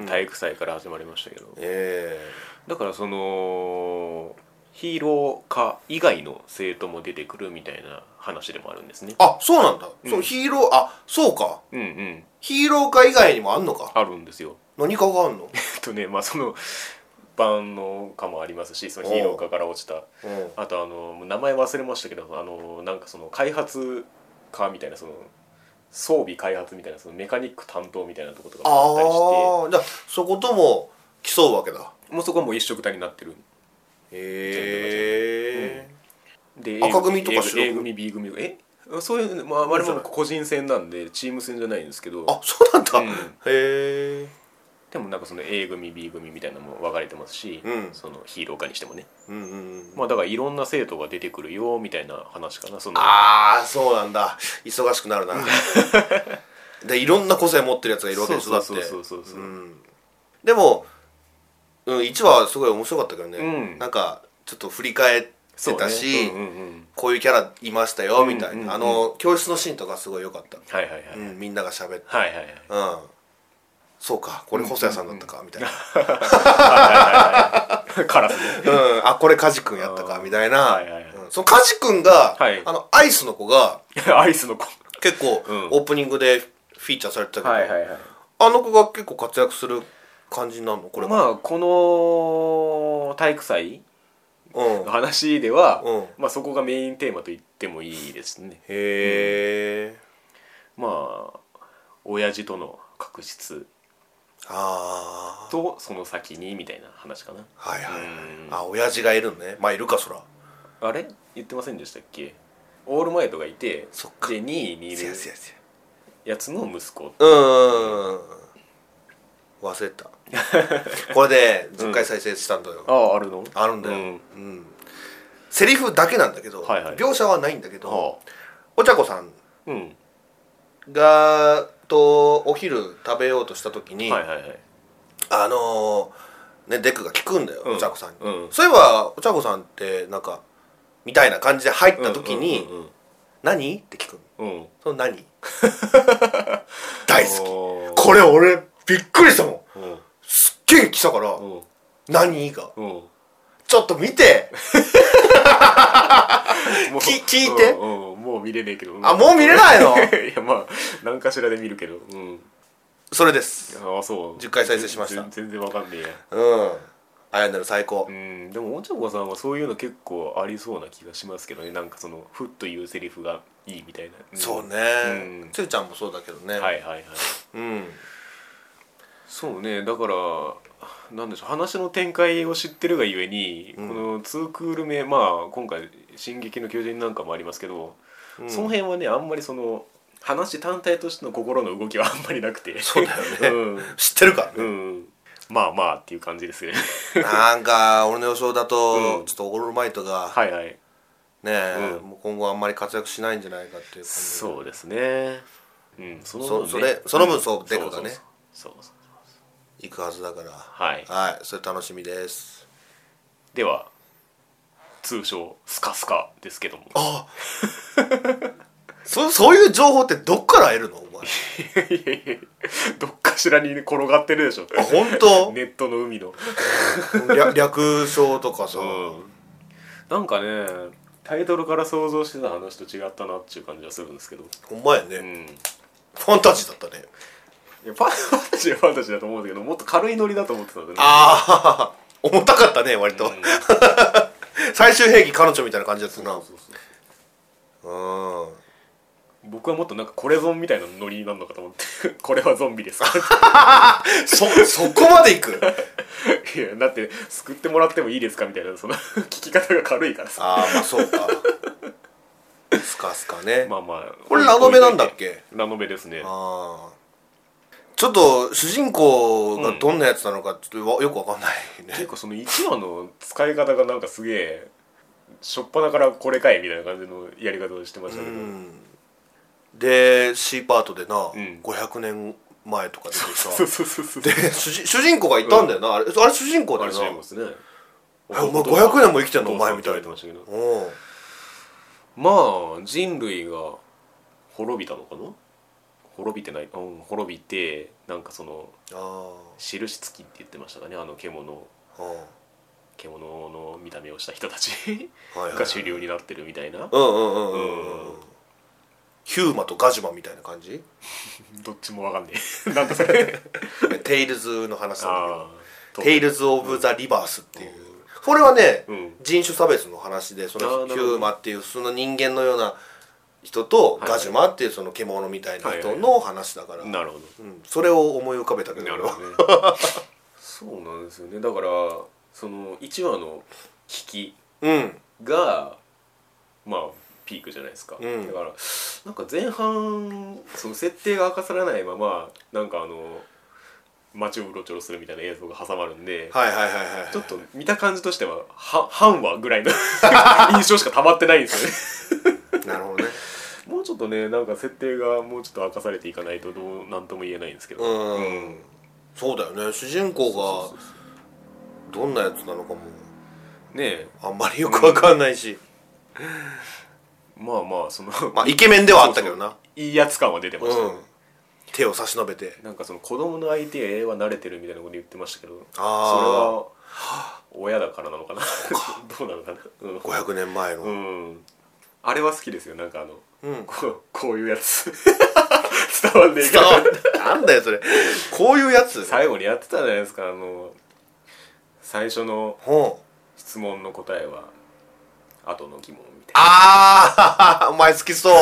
Speaker 1: ん、体育祭から始まりましたけど
Speaker 2: え
Speaker 1: だからそのヒーロー科以外の生徒も出てくるみたいな話でもあるんですね
Speaker 2: えあそうなんだ、
Speaker 1: うん
Speaker 2: そうヒーローあそうか
Speaker 1: うんうん
Speaker 2: ヒーロー化以外にもあんのか
Speaker 1: あるんですよ
Speaker 2: 何かがあんの、
Speaker 1: えっとねまあその万能科もありますしそのヒーロー科から落ちた
Speaker 2: うん、
Speaker 1: あとあのもう名前忘れましたけどあのなんかその開発課みたいなその装備開発みたいなそのメカニック担当みたいなとことかもあったりし
Speaker 2: ああじゃあそことも競うわけだ
Speaker 1: てもうそこはもう一色体になってる
Speaker 2: へえ、
Speaker 1: で
Speaker 2: 赤組とか
Speaker 1: A-
Speaker 2: 白組
Speaker 1: A 組 B 組えそういうまああれも個人戦なんでチーム戦じゃないんですけど
Speaker 2: あそうなんだ、
Speaker 1: うん
Speaker 2: へえ
Speaker 1: でもなんかその A 組 B 組みたいなのも分かれてますし、
Speaker 2: うん
Speaker 1: そのヒーロー化にしてもね
Speaker 2: うんうんうん
Speaker 1: まあだからいろんな生徒が出てくるよみたいな話かなその
Speaker 2: ああそうなんだ忙しくなるな
Speaker 1: *laughs*
Speaker 2: でいろんな個性持ってるやつがいるわけでしょだって
Speaker 1: そうそうそうそうそう
Speaker 2: うんでも、うん、1話はすごい面白かったけどね、
Speaker 1: うん
Speaker 2: なんかちょっと振り返って
Speaker 1: そう
Speaker 2: た
Speaker 1: ね
Speaker 2: し、
Speaker 1: うんうんうん
Speaker 2: こういうキャラいましたよみた
Speaker 1: うん
Speaker 2: いな、
Speaker 1: うんうん
Speaker 2: あの教室のシーンとかすごい良かった、
Speaker 1: はいはいはい、
Speaker 2: うん、みんなが喋って、
Speaker 1: はいはいはい
Speaker 2: うん、そうかこれ細谷さんだったかみたいな、
Speaker 1: *laughs* カラスで
Speaker 2: うん、あこれ梶君やっ
Speaker 1: *laughs*
Speaker 2: たかみたいな、
Speaker 1: はいはいはい
Speaker 2: うんその梶君が、
Speaker 1: はい
Speaker 2: あのアイスの子が
Speaker 1: *laughs* アイスの子
Speaker 2: 結構、
Speaker 1: うん
Speaker 2: オープニングでフィーチャーされてたけど、
Speaker 1: いはい
Speaker 2: あの子が結構活躍する感じになるのこれ
Speaker 1: まあこの体育祭
Speaker 2: うん、
Speaker 1: の話では、
Speaker 2: うん
Speaker 1: まあ、そこがメインテーマと言ってもいいですね
Speaker 2: へえ、
Speaker 1: まあ親父との確執
Speaker 2: ああ
Speaker 1: とその先にみたいな話かな
Speaker 2: はいはいはい
Speaker 1: うん
Speaker 2: あ親父がいるのねまあいるかそら
Speaker 1: あれ言ってませんでしたっけオールマイトがいて
Speaker 2: そっか
Speaker 1: で2位にい
Speaker 2: せ
Speaker 1: る
Speaker 2: やせやせや
Speaker 1: やつの息子
Speaker 2: うーん忘
Speaker 1: *laughs*
Speaker 2: れたこれで10回再生したんだよ、
Speaker 1: あああるの
Speaker 2: あるんだよ、
Speaker 1: う
Speaker 2: うんセリフだけなんだけど、
Speaker 1: はいはい
Speaker 2: 描写はないんだけ
Speaker 1: は
Speaker 2: ど、お茶子さん
Speaker 1: あうん
Speaker 2: がとお昼食べようとした時に、
Speaker 1: はいはいはい
Speaker 2: あのーね、デクが聞くんだよ、
Speaker 1: うん
Speaker 2: お茶子さんに、
Speaker 1: うん
Speaker 2: そういえばお茶子さんってなんかみたいな感じで入った時に「
Speaker 1: うん
Speaker 2: 何?」って聞くの
Speaker 1: うんうんうん
Speaker 2: その何 *laughs* 大好
Speaker 1: 好
Speaker 2: きこれ俺びっくりしたも
Speaker 1: う
Speaker 2: ん
Speaker 1: んうん
Speaker 2: すっげえ来たから「何?」が
Speaker 1: うんも
Speaker 2: 「ちょっと見て
Speaker 1: う
Speaker 2: き聞いて
Speaker 1: うんうんもう見れねえけど
Speaker 2: あもう見れないの
Speaker 1: *laughs* いやまあ何かしらで見るけどうん」
Speaker 2: それです
Speaker 1: ああそう
Speaker 2: 10回再生しました
Speaker 1: 全全然わかんねえや
Speaker 2: うんあやなる最高
Speaker 1: うんでもおちゃこさんはそういうの結構ありそうな気がしますけどねなんかそのふっと言うセリフがいいみたいな、ん
Speaker 2: そう
Speaker 1: う
Speaker 2: ね
Speaker 1: ん
Speaker 2: つゆちゃんもそうだけど
Speaker 1: は
Speaker 2: ね
Speaker 1: いはいはい
Speaker 2: うん
Speaker 1: そうねだからなんでしょう話の展開を知ってるがゆえに、
Speaker 2: うん
Speaker 1: この2クール目まあ今回「進撃の巨人」なんかもありますけど、
Speaker 2: うん
Speaker 1: その辺はねあんまりその話単体としての心の動きはあんまりなくて
Speaker 2: そうだよね知ってるから
Speaker 1: *laughs* うん、う
Speaker 2: ね
Speaker 1: ん、まあまあっていう感じですね
Speaker 2: なんか俺の予想だ
Speaker 1: う
Speaker 2: と
Speaker 1: ん
Speaker 2: ちょっとオールマイトが
Speaker 1: はいはい
Speaker 2: ねえ
Speaker 1: うん
Speaker 2: もう今後あんまり活躍しないんじゃないかっていう感じ
Speaker 1: そうですねうんその
Speaker 2: そそれその分そう
Speaker 1: うん
Speaker 2: デカがね
Speaker 1: そうそうそうそう
Speaker 2: いくはずだから
Speaker 1: はい
Speaker 2: はいそれ楽しみです
Speaker 1: では通称スカスカですけども
Speaker 2: あ *laughs* そそういう情報ってどっから得るのお前
Speaker 1: いやいやいや *laughs* どっかしらに転がってるでしょ
Speaker 2: あ本
Speaker 1: *laughs*
Speaker 2: 当、
Speaker 1: ネットの海の
Speaker 2: 略略称とかさ、
Speaker 1: うんなんかねタイトルから想像してた話と違ったなっていう感じはするんですけど
Speaker 2: ほんまやね、
Speaker 1: うん
Speaker 2: ファンタジーだったね
Speaker 1: いやファン *laughs* ファンタジーはファンタジーだと思うんだけどもっと軽いノリだと思ってたんだね
Speaker 2: ああ重たかったね割と、
Speaker 1: うん
Speaker 2: *laughs* 最終兵器彼女みたいな感じだったなう
Speaker 1: そうそうん僕はもっとなんかこれゾンみたいなノリになるのかと思って *laughs* これはゾンビですか *laughs*
Speaker 2: そそこまでいく
Speaker 1: いやだって *laughs* 救ってもらってもいいですかみたいなその *laughs* 聞き方が軽いからさ
Speaker 2: ああまあそうかスカスカね、
Speaker 1: まあまあ
Speaker 2: これラノベなんだっけ
Speaker 1: ラノベですね
Speaker 2: ああちょっと主人公がどんなやつなのかちょっとわよくわかんないね、
Speaker 1: 結構その1話の使い方がなんかすげえ初っ端からこれかいみたいな感じのやり方をしてましたけど、
Speaker 2: うんで C パートでな、
Speaker 1: ん
Speaker 2: 500年前とか出てさ
Speaker 1: そうそうそうそう
Speaker 2: で主人主人公がいたんだよな、あれあれ主人公だ
Speaker 1: あ
Speaker 2: よ
Speaker 1: れ
Speaker 2: な
Speaker 1: 違いますね
Speaker 2: えお前500年も生きてんのお前みたいな
Speaker 1: お父さんって言われてましたけど
Speaker 2: うん
Speaker 1: まあ人類が滅びたのかな滅びてない、うん、滅びてなんかその
Speaker 2: あ
Speaker 1: 印付きって言ってましたかねあの獣
Speaker 2: あうん
Speaker 1: 獣の見た目をした人た *laughs* ち
Speaker 2: はいはい
Speaker 1: が主流になってるみたいな
Speaker 2: うんうんうんうんうんヒューマとガジュマみたいな感じ
Speaker 1: どっちもわかんねえなんだそれ
Speaker 2: テイルズの話なんだ
Speaker 1: あ
Speaker 2: けどテイルズ・オブ・ザ・リバースっていう、これはね、
Speaker 1: うん
Speaker 2: 人種差別の話でそ
Speaker 1: あー
Speaker 2: の
Speaker 1: な
Speaker 2: ヒ
Speaker 1: るほど
Speaker 2: ューマっていうその人間のような人と
Speaker 1: はいはい
Speaker 2: ガジュマっていうその獣みたいな人の話だから、
Speaker 1: なるほど
Speaker 2: うん、それを思い浮かべたけど
Speaker 1: な
Speaker 2: 俺
Speaker 1: る
Speaker 2: は
Speaker 1: ほどねそうなんですよねだからその1話の危機
Speaker 2: うん
Speaker 1: がまあピークじゃないですか、
Speaker 2: うん
Speaker 1: だからなんか前半その設定が明かされないままなんかあの街をうろちょろするみたいな映像が挟まるんで、
Speaker 2: はいはいはいはいはい
Speaker 1: ちょっと見た感じとしてはは半話ぐらいの *laughs* 印象しかたまってないんですよね
Speaker 2: なるほどね
Speaker 1: *laughs* もうちょっとねなんか設定がもうちょっと明かされていかないとどうなんとも言えないんですけど
Speaker 2: うん
Speaker 1: ん
Speaker 2: そうだよね主人
Speaker 1: そう
Speaker 2: 公
Speaker 1: そうそうそ
Speaker 2: がどんなやつなのかも
Speaker 1: うねえ
Speaker 2: あんまりよくわかんないし、
Speaker 1: まあまあその、
Speaker 2: まあイケメンではあったけどな
Speaker 1: いいやつ感は出てましたね、
Speaker 2: うん手を差し伸べて
Speaker 1: なんかその子供の相手は慣れてるみたいなこと言ってましたけど
Speaker 2: あー
Speaker 1: それは親だからなのかな *laughs* どうなのかな
Speaker 2: 500年前の、
Speaker 1: うん、うん、あれは好きですよなんかあの、
Speaker 2: うん
Speaker 1: こうこういうやつ *laughs* 伝わんねえ
Speaker 2: 伝わ
Speaker 1: か
Speaker 2: んなんだよそれこういうやつ
Speaker 1: 最後にやってたじゃないですかあの最初の
Speaker 2: ほう
Speaker 1: 質問の答えは後の疑問みたい
Speaker 2: ああ *laughs* お前好きそう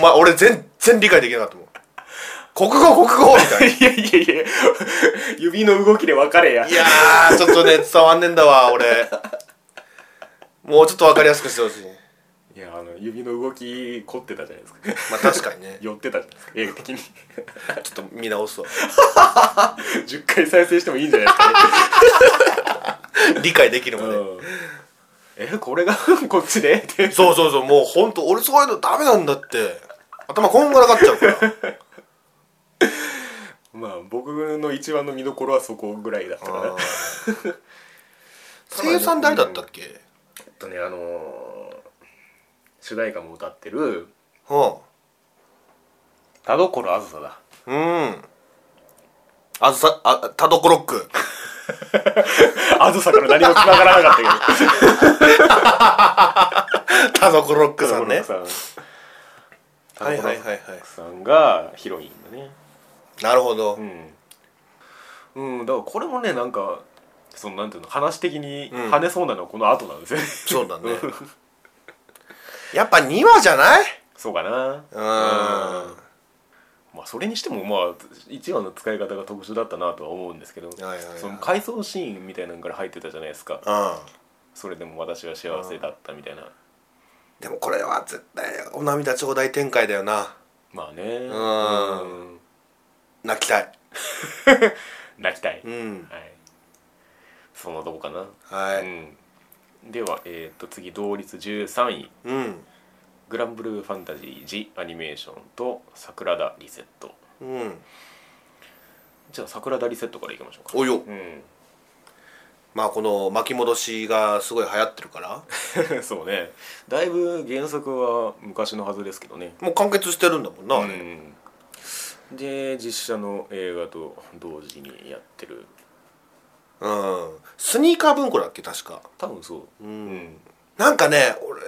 Speaker 2: お前俺全然理解できなかったもん国語国語みたい
Speaker 1: ないやいやいや指の動きで分かれや
Speaker 2: ないやーちょっとね伝わんねえんだわ俺もうちょっとわかりやすくしてほしい
Speaker 1: いやあの指の動き凝ってたじゃないですか *laughs*
Speaker 2: まあ確かにね
Speaker 1: 寄ってたじゃないですか映画的に *laughs*
Speaker 2: ちょっと見直すわ
Speaker 1: 10回再生してもいいんじゃないですかね
Speaker 2: 理解できるまで、
Speaker 1: うんえこれがこっちでって
Speaker 2: そうそうそうもうほんと俺そういうのダメなんだって頭こんがらがっちゃうから
Speaker 1: まあ僕の一番の見どころはそこぐらいだったかな
Speaker 2: あー声優さん誰だったっけ、
Speaker 1: えっとねあのー主題歌も歌ってる
Speaker 2: は
Speaker 1: 田所あずさだ *laughs*
Speaker 2: あ、うんあずさあ田所ロック
Speaker 1: あずさから何も繋がらなか *laughs* ったけど
Speaker 2: *laughs* 田所ロックさんね
Speaker 1: 田所さん
Speaker 2: はいはい
Speaker 1: 田所
Speaker 2: はいはい
Speaker 1: さんがヒロインだね
Speaker 2: なるほど、
Speaker 1: うん、うん、だからこれもねなんかそのなんていうの話的に
Speaker 2: うん
Speaker 1: 跳ねそうなのはこの後なんですよね、
Speaker 2: そうだね *laughs*
Speaker 1: *laughs*
Speaker 2: やっぱ2話じゃない
Speaker 1: そうかな
Speaker 2: うん
Speaker 1: まあそれにしてもまあ1話の使い方が特殊だったなとは思うんですけど、
Speaker 2: いはいはい
Speaker 1: その回想シーンみたいなのから入ってたじゃないですか
Speaker 2: うん
Speaker 1: それでも私は幸せだったみたいな、
Speaker 2: でもこれは絶対お涙頂戴展開だよな
Speaker 1: まあね
Speaker 2: ん
Speaker 1: うん
Speaker 2: 泣きたい
Speaker 1: 泣きたい、
Speaker 2: うん
Speaker 1: はいそのとこかな、
Speaker 2: は
Speaker 1: う
Speaker 2: い
Speaker 1: ん、では、えー、と次同率13位
Speaker 2: うん
Speaker 1: グランブルーファンタジー・ジ・アニメーションと桜田リセット
Speaker 2: うん
Speaker 1: じゃあ桜田リセットからいきましょうか
Speaker 2: およ
Speaker 1: う
Speaker 2: まあこの巻き戻しがすごい流行ってるから
Speaker 1: ん *laughs* そうねだいぶ原作は昔のはずですけどね
Speaker 2: もう完結してるんだもんな、あれ
Speaker 1: うん、で実写の映画と同時にやってる
Speaker 2: うんスニーカー文庫だっけ確か
Speaker 1: 多分そううん、
Speaker 2: なんかね俺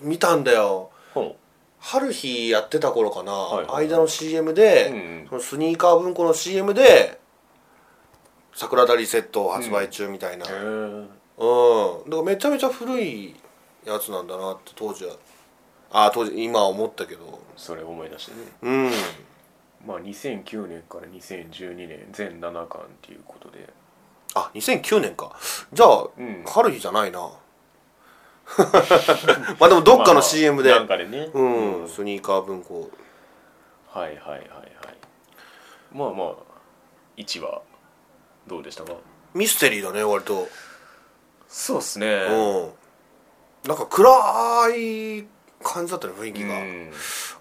Speaker 2: 見たんだよ
Speaker 1: ほ
Speaker 2: 春日やってた頃かな、
Speaker 1: いはい
Speaker 2: 間の CM で、
Speaker 1: うん
Speaker 2: そのスニーカー文庫の CM で桜田リセットを発売中みたいな
Speaker 1: うへえ
Speaker 2: うん、だからめちゃめちゃ古いやつなんだなって当時はあ当時今は思ったけど
Speaker 1: それ思い出してね
Speaker 2: うん
Speaker 1: まあ2009年から2012年全7巻っていうことで
Speaker 2: あ2009年かじゃあ、
Speaker 1: うん
Speaker 2: 春日じゃない *laughs* なまあでもどっか
Speaker 1: ま
Speaker 2: の
Speaker 1: あ
Speaker 2: CM で、
Speaker 1: なんかでね
Speaker 2: うん、
Speaker 1: はい
Speaker 2: スニーカー文庫
Speaker 1: はいはいはいまあまあ1話どうでしたか
Speaker 2: ミステリーだね割と
Speaker 1: そうっすね
Speaker 2: うんなんか暗い感じだったね雰囲気
Speaker 1: う
Speaker 2: が、
Speaker 1: ん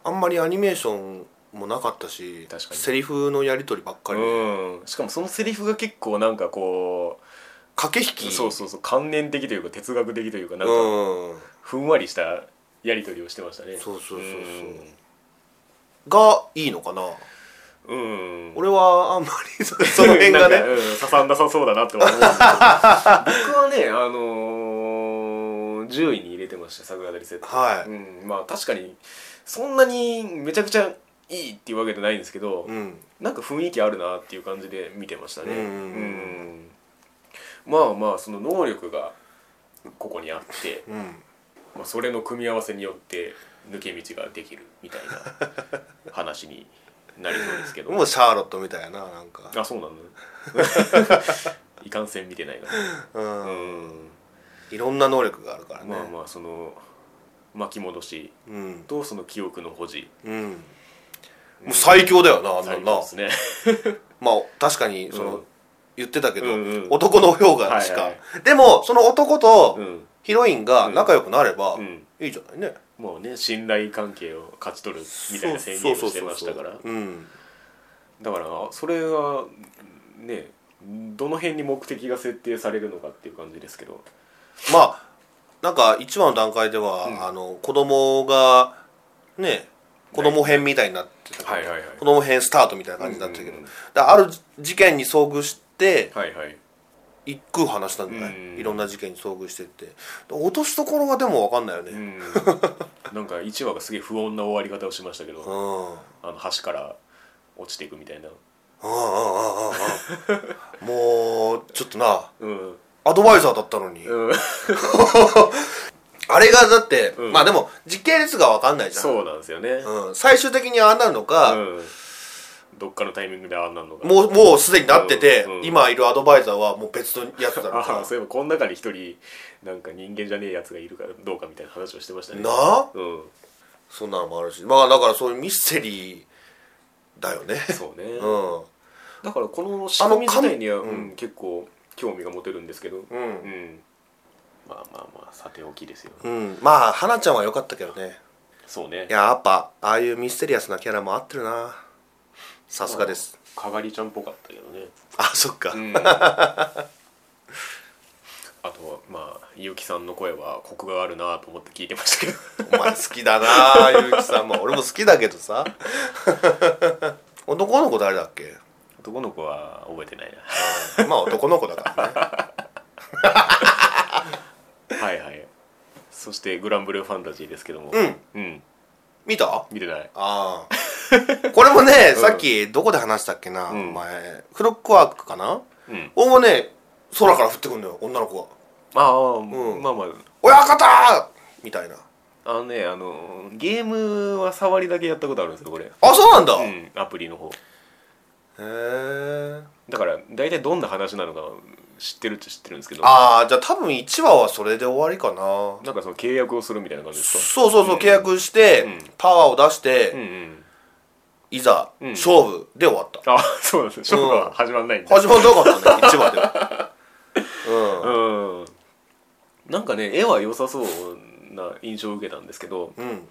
Speaker 2: あんまりアニメーションもなかったし
Speaker 1: 確かに
Speaker 2: セリフのやり取りばっかりで、
Speaker 1: うん、しかもそのセリフが結構なんかこ
Speaker 2: 駆け
Speaker 1: う
Speaker 2: 引き
Speaker 1: そうそうそう観念的というか哲学的というかなんか
Speaker 2: うん
Speaker 1: ふんわりしたやり取りをしてましたね
Speaker 2: そうそうそうそうがいいのかな
Speaker 1: うんうん
Speaker 2: 俺はあんまり *laughs* そその辺が
Speaker 1: *laughs*
Speaker 2: ね
Speaker 1: なんかうん刺さんなさそうだなって思うんですけど僕はねあのー、10位に入れてました桜田リセット、
Speaker 2: はい
Speaker 1: うん、まあ確かにそんなにめちゃくちゃいいっていうわけじゃないんですけど、
Speaker 2: うん
Speaker 1: なんか雰囲気あるなっていう感じで見てましたね
Speaker 2: うん
Speaker 1: うんまあまあその能力がここにあって、
Speaker 2: うん
Speaker 1: まあ、それの組み合わせによって抜け道ができるみたい *laughs* な話になりそうですけど
Speaker 2: もうシャーロットみたいやななんか
Speaker 1: あ *laughs* そうなのいかんせん見てないから
Speaker 2: うん、
Speaker 1: うん
Speaker 2: いろんな能力があるからね、
Speaker 1: まあまあその巻き戻し
Speaker 2: うん
Speaker 1: とその記憶の保持
Speaker 2: うんもう最強だよなあんな
Speaker 1: 最
Speaker 2: ん
Speaker 1: 高
Speaker 2: な
Speaker 1: ですね
Speaker 2: まあ確かにその、
Speaker 1: うん
Speaker 2: 言ってたけど、
Speaker 1: うんうん
Speaker 2: 男の氷河しか、
Speaker 1: はいはい
Speaker 2: でもその男と
Speaker 1: うん
Speaker 2: ヒロインが仲良くなれば、
Speaker 1: うん
Speaker 2: いいじゃないね
Speaker 1: もうね信頼関係を勝ち取るみたいな宣言をしてましたから
Speaker 2: うん
Speaker 1: だからそれがねどの辺に目的が設定されるのかっていう感じですけど
Speaker 2: まあなんか一話の段階では、
Speaker 1: うん
Speaker 2: あの子供がね子供編みたいになってた、
Speaker 1: はいはいはい
Speaker 2: 子供編スタートみたいな感じになってたけど、
Speaker 1: うんうんうん
Speaker 2: だからある事件に遭遇して
Speaker 1: はいはい
Speaker 2: 一空話なんじゃない、
Speaker 1: うん
Speaker 2: いろんな事件に遭遇してって落としどころがでも分かんないよね
Speaker 1: うんなんか1話がすげえ不穏な終わり方をしましたけど
Speaker 2: うんうん
Speaker 1: あの橋から落ちていくみたいな
Speaker 2: うんうんうんうんもうちょっとな
Speaker 1: うん
Speaker 2: アドバイザーだったのに、
Speaker 1: うん
Speaker 2: あれがだって、
Speaker 1: うん
Speaker 2: まあでも時系列が分かんないじゃん
Speaker 1: そうなんですよね
Speaker 2: うん、最終的にああなるのか、
Speaker 1: うんどっかのタイミングであんなんのが
Speaker 2: もうもうすでになってて、
Speaker 1: うんうん
Speaker 2: 今いるアドバイザーはもう別のやつだろう
Speaker 1: ああ *laughs*
Speaker 2: か
Speaker 1: そういえばこの中に一人なんか人間じゃねえやつがいるかどうかみたいな話をしてましたね
Speaker 2: なあ
Speaker 1: うん
Speaker 2: そんなのもあるしまあだからそういうミステリーだよね
Speaker 1: *laughs* そうね、
Speaker 2: うん
Speaker 1: だからこの仕組み自体には、
Speaker 2: あの
Speaker 1: う
Speaker 2: かん
Speaker 1: ん結構興味が持てるんですけど
Speaker 2: う、
Speaker 1: うんんまあまあまあさておきですよ、
Speaker 2: うん、まあ花ちゃんは良かったけどね
Speaker 1: そうね
Speaker 2: いややっぱああいうミステリアスなキャラも合ってるなさすがです
Speaker 1: かがりちゃんっぽかったけどね、
Speaker 2: あそっか、
Speaker 1: うん、あとはまあ結城さんの声はコクがあるなと思って聞いてましたけど
Speaker 2: お前好きだな *laughs* ゆうきさんも俺も好きだけどさ *laughs* 男の子誰だっけ
Speaker 1: 男の子は覚えてない
Speaker 2: まあ男の子だからね
Speaker 1: なはいはいそしてグランブルーファンタジーですけども
Speaker 2: うん
Speaker 1: うん
Speaker 2: 見た
Speaker 1: 見てない
Speaker 2: ああ *laughs* これもね、
Speaker 1: うん
Speaker 2: さっきどこで話したっけな、
Speaker 1: うん
Speaker 2: 前フロックワークかな
Speaker 1: うん
Speaker 2: 俺もね空から降ってくるのよ女の子が
Speaker 1: ああ、
Speaker 2: ん
Speaker 1: まあまあ
Speaker 2: 「親方!」みたいな
Speaker 1: あのねあのゲームは触りだけやったことあるんですよこれ
Speaker 2: あそうなんだ、
Speaker 1: う
Speaker 2: へ
Speaker 1: んアプリの方
Speaker 2: え
Speaker 1: だから大体どんな話なのか知ってるっちゃ知ってるんですけど
Speaker 2: ああじゃあ多分1話はそれで終わりかな
Speaker 1: なんかその契約をするみたいな感じですか
Speaker 2: そうそうそう契約して、
Speaker 1: うん
Speaker 2: パワーを出し
Speaker 1: うんう
Speaker 2: て、
Speaker 1: ん
Speaker 2: いざ、
Speaker 1: うん
Speaker 2: 勝負で終わった
Speaker 1: あそうなんですね勝負
Speaker 2: う
Speaker 1: は
Speaker 2: ん
Speaker 1: 始まんないんだ
Speaker 2: 始まんなかったね
Speaker 1: *laughs*
Speaker 2: 1話ではうん
Speaker 1: うんなんかね絵は良さそうな印象を受けたんですけど
Speaker 2: うん、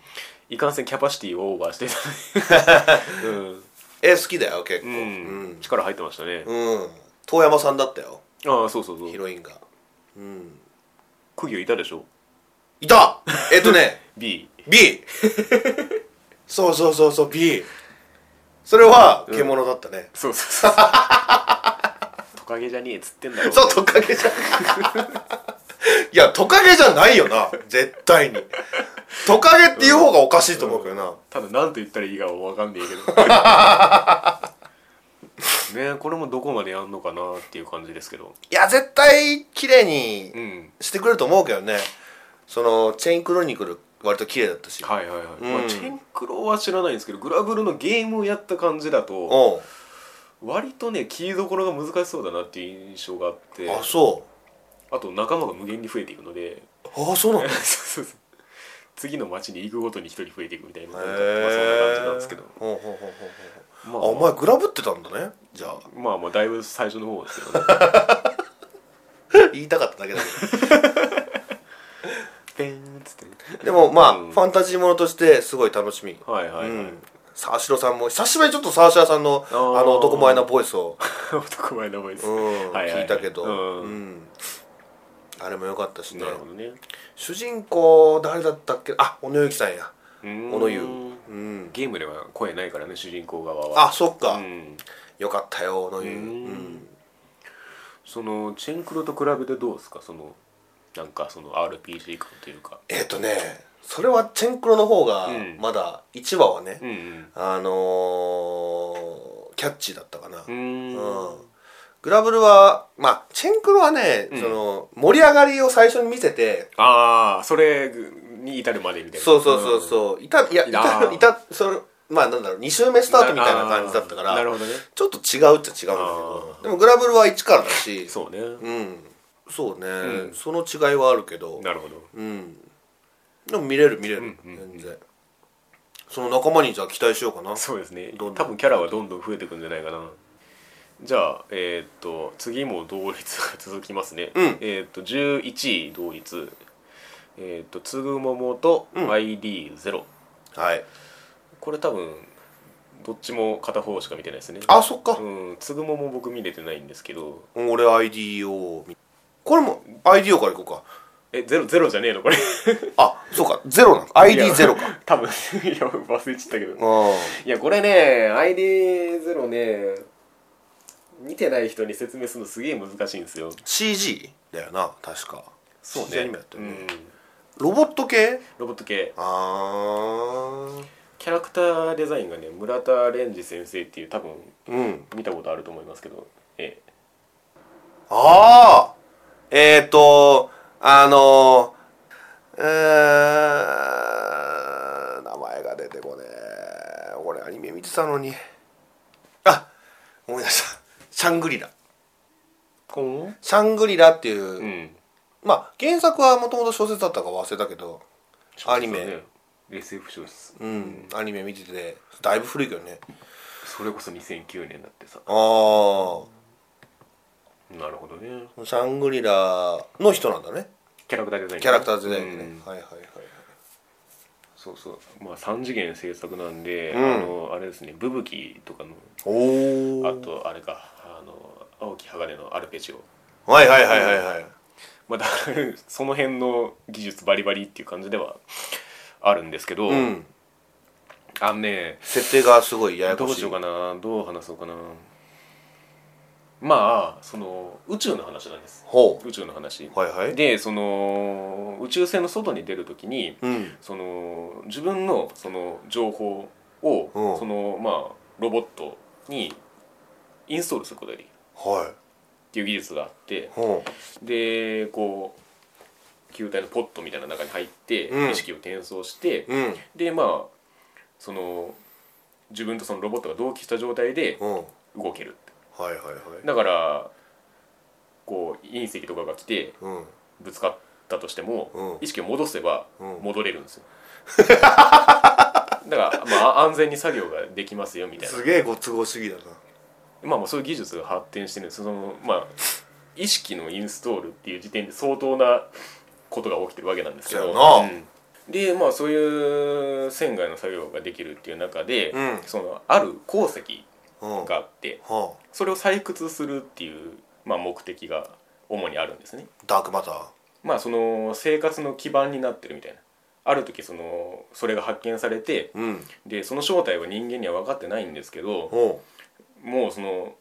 Speaker 1: いかんせんキャパシティをオーバーしてた *laughs* ね
Speaker 2: え好きだよ結構
Speaker 1: う、
Speaker 2: うん
Speaker 1: うん
Speaker 2: ん、
Speaker 1: 力入ってましたね、
Speaker 2: うん、遠山さんだったよ
Speaker 1: ああそうそうそ
Speaker 2: ヒ
Speaker 1: う
Speaker 2: ロインがうん
Speaker 1: 釘をいたでしょ *laughs*
Speaker 2: いたえっとね
Speaker 1: B
Speaker 2: B
Speaker 1: *laughs*
Speaker 2: そうそうそうそう B それは獣だったね、
Speaker 1: そう *laughs* そうそうトカゲじゃねえっつってんだろ
Speaker 2: そうトカゲじゃん
Speaker 1: *laughs*
Speaker 2: いやトカゲじゃないよな絶対にトカゲっていう方がおかしいと思うけどな、
Speaker 1: ただ何と言ったらいいかは分かんないけ *laughs* どねこれもどこまでやんのかなっていう感じですけど
Speaker 2: いや絶対綺麗に
Speaker 1: うん
Speaker 2: してくれると思うけどねそのチェインクロニクル割と綺麗だったし
Speaker 1: はいはいはい、
Speaker 2: うん
Speaker 1: まあ、チェンクロは知らないんですけどグラブルのゲームをやった感じだと
Speaker 2: おう
Speaker 1: 割とね切りどころが難しそうだなっていう印象があって
Speaker 2: あそ
Speaker 1: あと仲間が無限に増えていくので *laughs*
Speaker 2: うあそうなんだ
Speaker 1: そう
Speaker 2: へ
Speaker 1: そうそう次の町に行くごとに一人増えていくみたいななんかまあそんな感じなん
Speaker 2: え
Speaker 1: ですけど、
Speaker 2: ほうほうほうほうほ
Speaker 1: まあ、
Speaker 2: うあお前グラブってたんだね
Speaker 1: *laughs*
Speaker 2: じゃあ
Speaker 1: まあまあだいぶ最初の方ですけどね
Speaker 2: 言いたかっただけだけど
Speaker 1: ペンっつってね
Speaker 2: でもまあ、
Speaker 1: うん
Speaker 2: ファンタジーものとしてすごい楽しみ、
Speaker 1: はいはいはい、
Speaker 2: うん沢城さんも久しぶりにちょっと沢城さんのあ
Speaker 1: あー
Speaker 2: の男前なボイスを、
Speaker 1: 男前のボイス、
Speaker 2: うん
Speaker 1: はいは
Speaker 2: 聞いたけど、
Speaker 1: うん
Speaker 2: うんあれも良かったしね
Speaker 1: なるほどね
Speaker 2: 主人公誰だったっけあ小野由紀さんや
Speaker 1: 小
Speaker 2: 小野優うん
Speaker 1: ゲームでは声ないからね主人公側は
Speaker 2: あそっか、
Speaker 1: うん
Speaker 2: よかったよ小野優、
Speaker 1: う
Speaker 2: うんん、
Speaker 1: そのチェンクロと比べてどうですかそのなんかその RPG 感というか
Speaker 2: えっ、とねそれはチェンクロの方が
Speaker 1: うん
Speaker 2: まだ1話はね、
Speaker 1: うんうん
Speaker 2: あのーキャッチーだったかな、
Speaker 1: うーん
Speaker 2: うんグラブルはまあチェンクロはね、
Speaker 1: うん
Speaker 2: その盛り上がりを最初に見せて
Speaker 1: ああそれに至るまでみたいな
Speaker 2: そうそうそうそう、いたいやい
Speaker 1: あ
Speaker 2: た
Speaker 1: ー
Speaker 2: いたそれまあなんだろう2周目スタートみたいな感じだったか
Speaker 1: あー
Speaker 2: ら
Speaker 1: なるほどね
Speaker 2: ちょっと違うっちゃ違うんだけどでもグラブルは1からだし
Speaker 1: そうね
Speaker 2: うんそうね、
Speaker 1: うん
Speaker 2: その違いはあるけど
Speaker 1: なるほど
Speaker 2: うんでも見れる見れる、
Speaker 1: うんうんうん
Speaker 2: 全然その仲間にじゃあ期待しようかな
Speaker 1: そうですね
Speaker 2: どんどん
Speaker 1: 多分キャラはどんどん増えていくんじゃないかなじゃあえーっと次も同率が続きますね、
Speaker 2: うん
Speaker 1: えーっと11位同率えーっとつぐももと
Speaker 2: うん
Speaker 1: ID0、
Speaker 2: はい
Speaker 1: これ多分どっちも片方しか見てないですね
Speaker 2: あそっか、
Speaker 1: うんつぐもも僕見れてないんですけど
Speaker 2: 俺 IDO みこれも IDO からいこうか
Speaker 1: えゼロゼロじゃねえのこれ
Speaker 2: あそうかゼロなの ID ゼ
Speaker 1: *laughs*
Speaker 2: ロか
Speaker 1: 多分いや忘れちゃったけど
Speaker 2: う
Speaker 1: いやこれね ID0 ね見てない人に説明するのすげえ難しいんですよ
Speaker 2: CG だよな確か
Speaker 1: そう
Speaker 2: CG ア
Speaker 1: ね
Speaker 2: ニメだったよね、
Speaker 1: うん
Speaker 2: ロボット系
Speaker 1: ロボット系
Speaker 2: あ
Speaker 1: キャラクターデザインがね村田蓮司先生っていう多分
Speaker 2: ーうん
Speaker 1: 見たことあると思いますけどええ
Speaker 2: ああえっ、ー、とあのうーん名前が出てこねえ俺アニメ見てたのにあ思い出したシャングリラ
Speaker 1: うん
Speaker 2: シャングリラっていう、
Speaker 1: うん
Speaker 2: まあ原作はもともと小説だったか忘れたけどアニメ、
Speaker 1: SF 小説
Speaker 2: うん、アニメ見ててだいぶ古いけどね
Speaker 1: それこそ2009年だってさ
Speaker 2: あ
Speaker 1: なるほどね
Speaker 2: あシャングリラの人なんだね
Speaker 1: キャラクターデザイン
Speaker 2: キャラクターズだよね、
Speaker 1: うん
Speaker 2: はいはいはい
Speaker 1: そうそうまあ3次元制作なんで、
Speaker 2: うん
Speaker 1: あのあれですねブブキとかの
Speaker 2: おお
Speaker 1: あとあれかあの青木鋼のアルペジオ
Speaker 2: はいはいはいはいはい
Speaker 1: まあだ *laughs* その辺の技術バリバリっていう感じではあるんですけど、
Speaker 2: うん
Speaker 1: あのね
Speaker 2: 設定がすごいやや
Speaker 1: ど
Speaker 2: こ
Speaker 1: う
Speaker 2: しい
Speaker 1: しようかなどう話そうかなまあその宇宙の話なんです
Speaker 2: ほ
Speaker 1: 宇宙の話
Speaker 2: うはいはい
Speaker 1: でその宇宙船の外に出る時に
Speaker 2: うん
Speaker 1: その自分のその情報を
Speaker 2: うん
Speaker 1: そのまあロボットにインストールすることができる
Speaker 2: はい
Speaker 1: っていう技術があって
Speaker 2: ほ
Speaker 1: でこう球体のポットみたいな中に入って
Speaker 2: うん
Speaker 1: 意識を転送して、
Speaker 2: ううん
Speaker 1: でまあその自分とそのロボットが同期した状態で
Speaker 2: うん
Speaker 1: 動けるって
Speaker 2: はいはいはい
Speaker 1: だからこう隕石とかが来て
Speaker 2: うん
Speaker 1: ぶつかったとしても、
Speaker 2: うん
Speaker 1: 意識を戻せば
Speaker 2: うん
Speaker 1: 戻れるんですよ、 *laughs* だから、まあ、安全に作業ができますよみたいな
Speaker 2: すげえご都合主義だな
Speaker 1: まあまあそういう技術が発展してるんですそのまあ意識のインストールっていう時点で相当なことが起きてるわけなんですけど
Speaker 2: そうやな
Speaker 1: うんでまあそういう船外の作業ができるっていう中で、
Speaker 2: うん
Speaker 1: そのある鉱石
Speaker 2: うん
Speaker 1: があって
Speaker 2: はあ
Speaker 1: それを採掘するっていう、まあ、目的が主にあるんですね
Speaker 2: ダークマター
Speaker 1: まあその生活の基盤になってるみたいなある時そのそれが発見されて
Speaker 2: うん
Speaker 1: でその正体は人間には分かってないんですけど、
Speaker 2: ほう
Speaker 1: もうその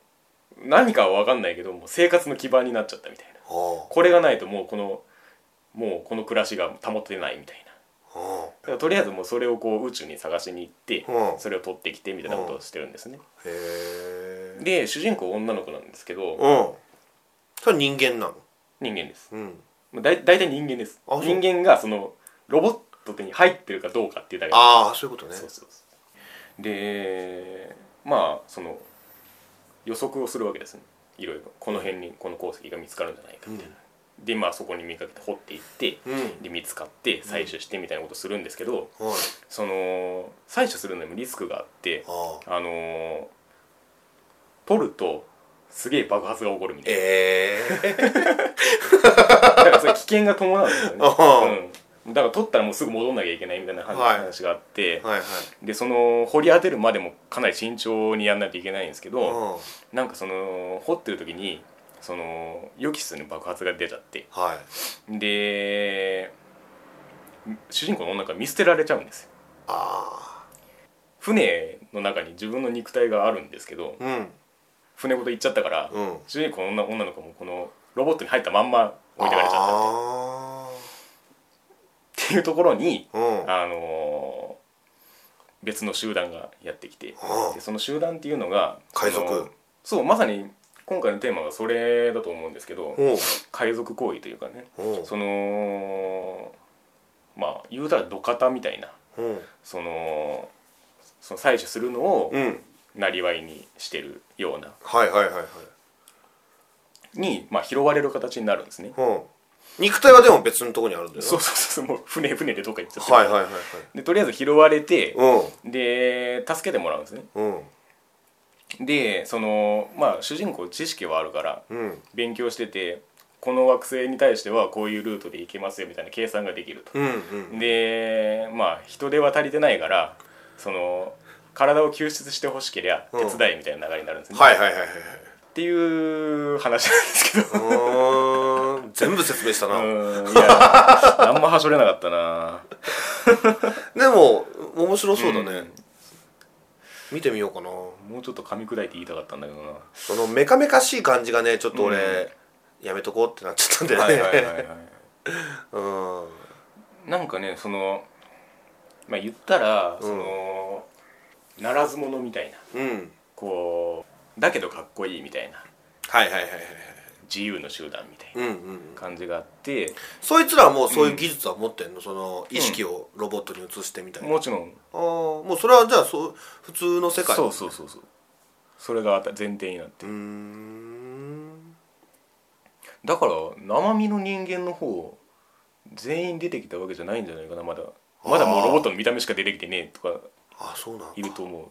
Speaker 1: 何かは分かんないけどもう生活の基盤になっちゃったみたいな
Speaker 2: は
Speaker 1: これがないともうこのもうこの暮らしが保てないみたいな
Speaker 2: あは
Speaker 1: だからとりあえずもうそれをこう宇宙に探しに行って
Speaker 2: うん
Speaker 1: それを取ってきてみたいなことをしてるんですね
Speaker 2: あへえ
Speaker 1: で主人公女の子なんですけど
Speaker 2: うんそれ人間なの
Speaker 1: 人間です
Speaker 2: うん
Speaker 1: まあだい大体人間です
Speaker 2: あそう
Speaker 1: 人間がそのロボットに入ってるかどうかっていうだけ
Speaker 2: ああそういうことね
Speaker 1: そうそうそうでまあその予測をするわけですねいろいろこの辺にこの鉱石が見つかるんじゃないかみたいな、でまあそこに見かけて掘っていって、
Speaker 2: うん
Speaker 1: で見つかって採取してみたいなことするんですけど、
Speaker 2: はい
Speaker 1: その採取するのにもリスクがあって
Speaker 2: ああ
Speaker 1: あのー取るとすげえ爆発が起こるみたいな
Speaker 2: ええ
Speaker 1: だからそれ危険が伴うんですよね、
Speaker 2: *laughs* ああ
Speaker 1: うんだから取ったらもうすぐ戻んなきゃいけないみたいな話
Speaker 2: はい
Speaker 1: 話があって、
Speaker 2: はいはい
Speaker 1: でその掘り当てるまでもかなり慎重にやんないといけないんですけ
Speaker 2: う
Speaker 1: ど、
Speaker 2: ん
Speaker 1: なんかその掘ってる時にその予期せぬ爆発が出ちゃって
Speaker 2: はい
Speaker 1: で主人公の女から見捨てられちゃうんですよ
Speaker 2: あ
Speaker 1: 船の中に自分の肉体があるんですけど
Speaker 2: あうん
Speaker 1: 船ごと行っちゃったから、
Speaker 2: うん
Speaker 1: 主人公の女女の子もこのロボットに入ったまんま置いてかれちゃったっ
Speaker 2: あ
Speaker 1: ていうところに、
Speaker 2: あうん
Speaker 1: あのー別の集団がやってきて、
Speaker 2: うん
Speaker 1: でその集団っていうのが
Speaker 2: 海賊
Speaker 1: そのそうまさに今回のテーマがそれだと思うんですけど、
Speaker 2: おう
Speaker 1: 海賊行為というかね
Speaker 2: おう
Speaker 1: そのまあ言うたら土方みたいな
Speaker 2: うん
Speaker 1: そのその採取するのを
Speaker 2: うん
Speaker 1: なりわいにしてるような
Speaker 2: はいはいはいはい
Speaker 1: に、まあ、拾われる形になるんですね。
Speaker 2: うん肉体はでも別のところにあるんだよな
Speaker 1: そうそうそうもう船船でどっか行っちゃってる
Speaker 2: はいはいはいはい
Speaker 1: でとりあえず拾われて
Speaker 2: うん
Speaker 1: で助けてもらうんですね
Speaker 2: うん
Speaker 1: でそのまあ主人公知識はあるから
Speaker 2: うん
Speaker 1: 勉強しててこの惑星に対してはこういうルートで行けますよみたいな計算ができると、
Speaker 2: うんうん
Speaker 1: でまあ人手は足りてないからその体を救出してほしけりゃ手伝いみたいな流れになるんですね、
Speaker 2: はいはいはいはいはい
Speaker 1: っていう話なんですけど
Speaker 2: うーん全部説明した
Speaker 1: う
Speaker 2: な、
Speaker 1: ーんいやあんまはしょれなかったな
Speaker 2: でも面白そうだね、見てみようかな
Speaker 1: もうちょっと噛み砕いて言いたかったんだけどな
Speaker 2: そのメカメカしい感じがねちょっと俺、やめとこうってなっちゃったんだよ
Speaker 1: は
Speaker 2: ね、
Speaker 1: いはいはいは
Speaker 2: うん
Speaker 1: いなんかねそのまあ言ったら、そのならず者みたいな
Speaker 2: うん
Speaker 1: こうだけどかっこいいみたいな
Speaker 2: はいはいはいはいはい
Speaker 1: 自由の集団みたい
Speaker 2: うん
Speaker 1: な
Speaker 2: うんうん
Speaker 1: 感じがあって、
Speaker 2: そいつらはもうそういう技術は持ってんの、その意識をロボットに移してみたいな、あ
Speaker 1: もちろん
Speaker 2: あもうそれはじゃあそう普通の世界
Speaker 1: そうそうそうそうそれが前提になって
Speaker 2: うーん
Speaker 1: だから生身の人間の方全員出てきたわけじゃないんじゃないかなまだまだもうロボットの見た目しか出てきてねえとか
Speaker 2: あそうなん
Speaker 1: いる
Speaker 2: だ
Speaker 1: と思う。っ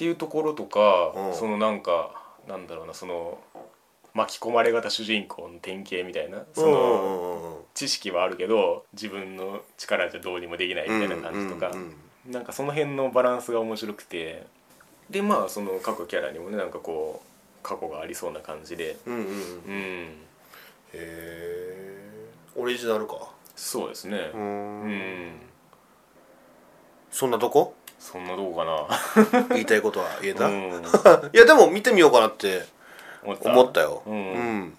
Speaker 1: ていうところとか、
Speaker 2: うん
Speaker 1: そのなんかなんだろうなその巻き込まれ型主人公の典型みたいなその、
Speaker 2: の
Speaker 1: 知識はあるけど自分の力じゃどうにもできないみたいな感じとか、なんかその辺のバランスが面白くてでまあその各キャラにもねなんかこう過去がありそうな感じで
Speaker 2: うんうんう
Speaker 1: う
Speaker 2: んへ
Speaker 1: ん
Speaker 2: えオリジナルか
Speaker 1: そうですねうん、
Speaker 2: そんなとこ
Speaker 1: そんなとこか
Speaker 2: 言いたいことは言え
Speaker 1: な、
Speaker 2: た、
Speaker 1: うん、
Speaker 2: *laughs* いやでも見てみようかなって
Speaker 1: 思った
Speaker 2: 思ったよ
Speaker 1: うん
Speaker 2: うん、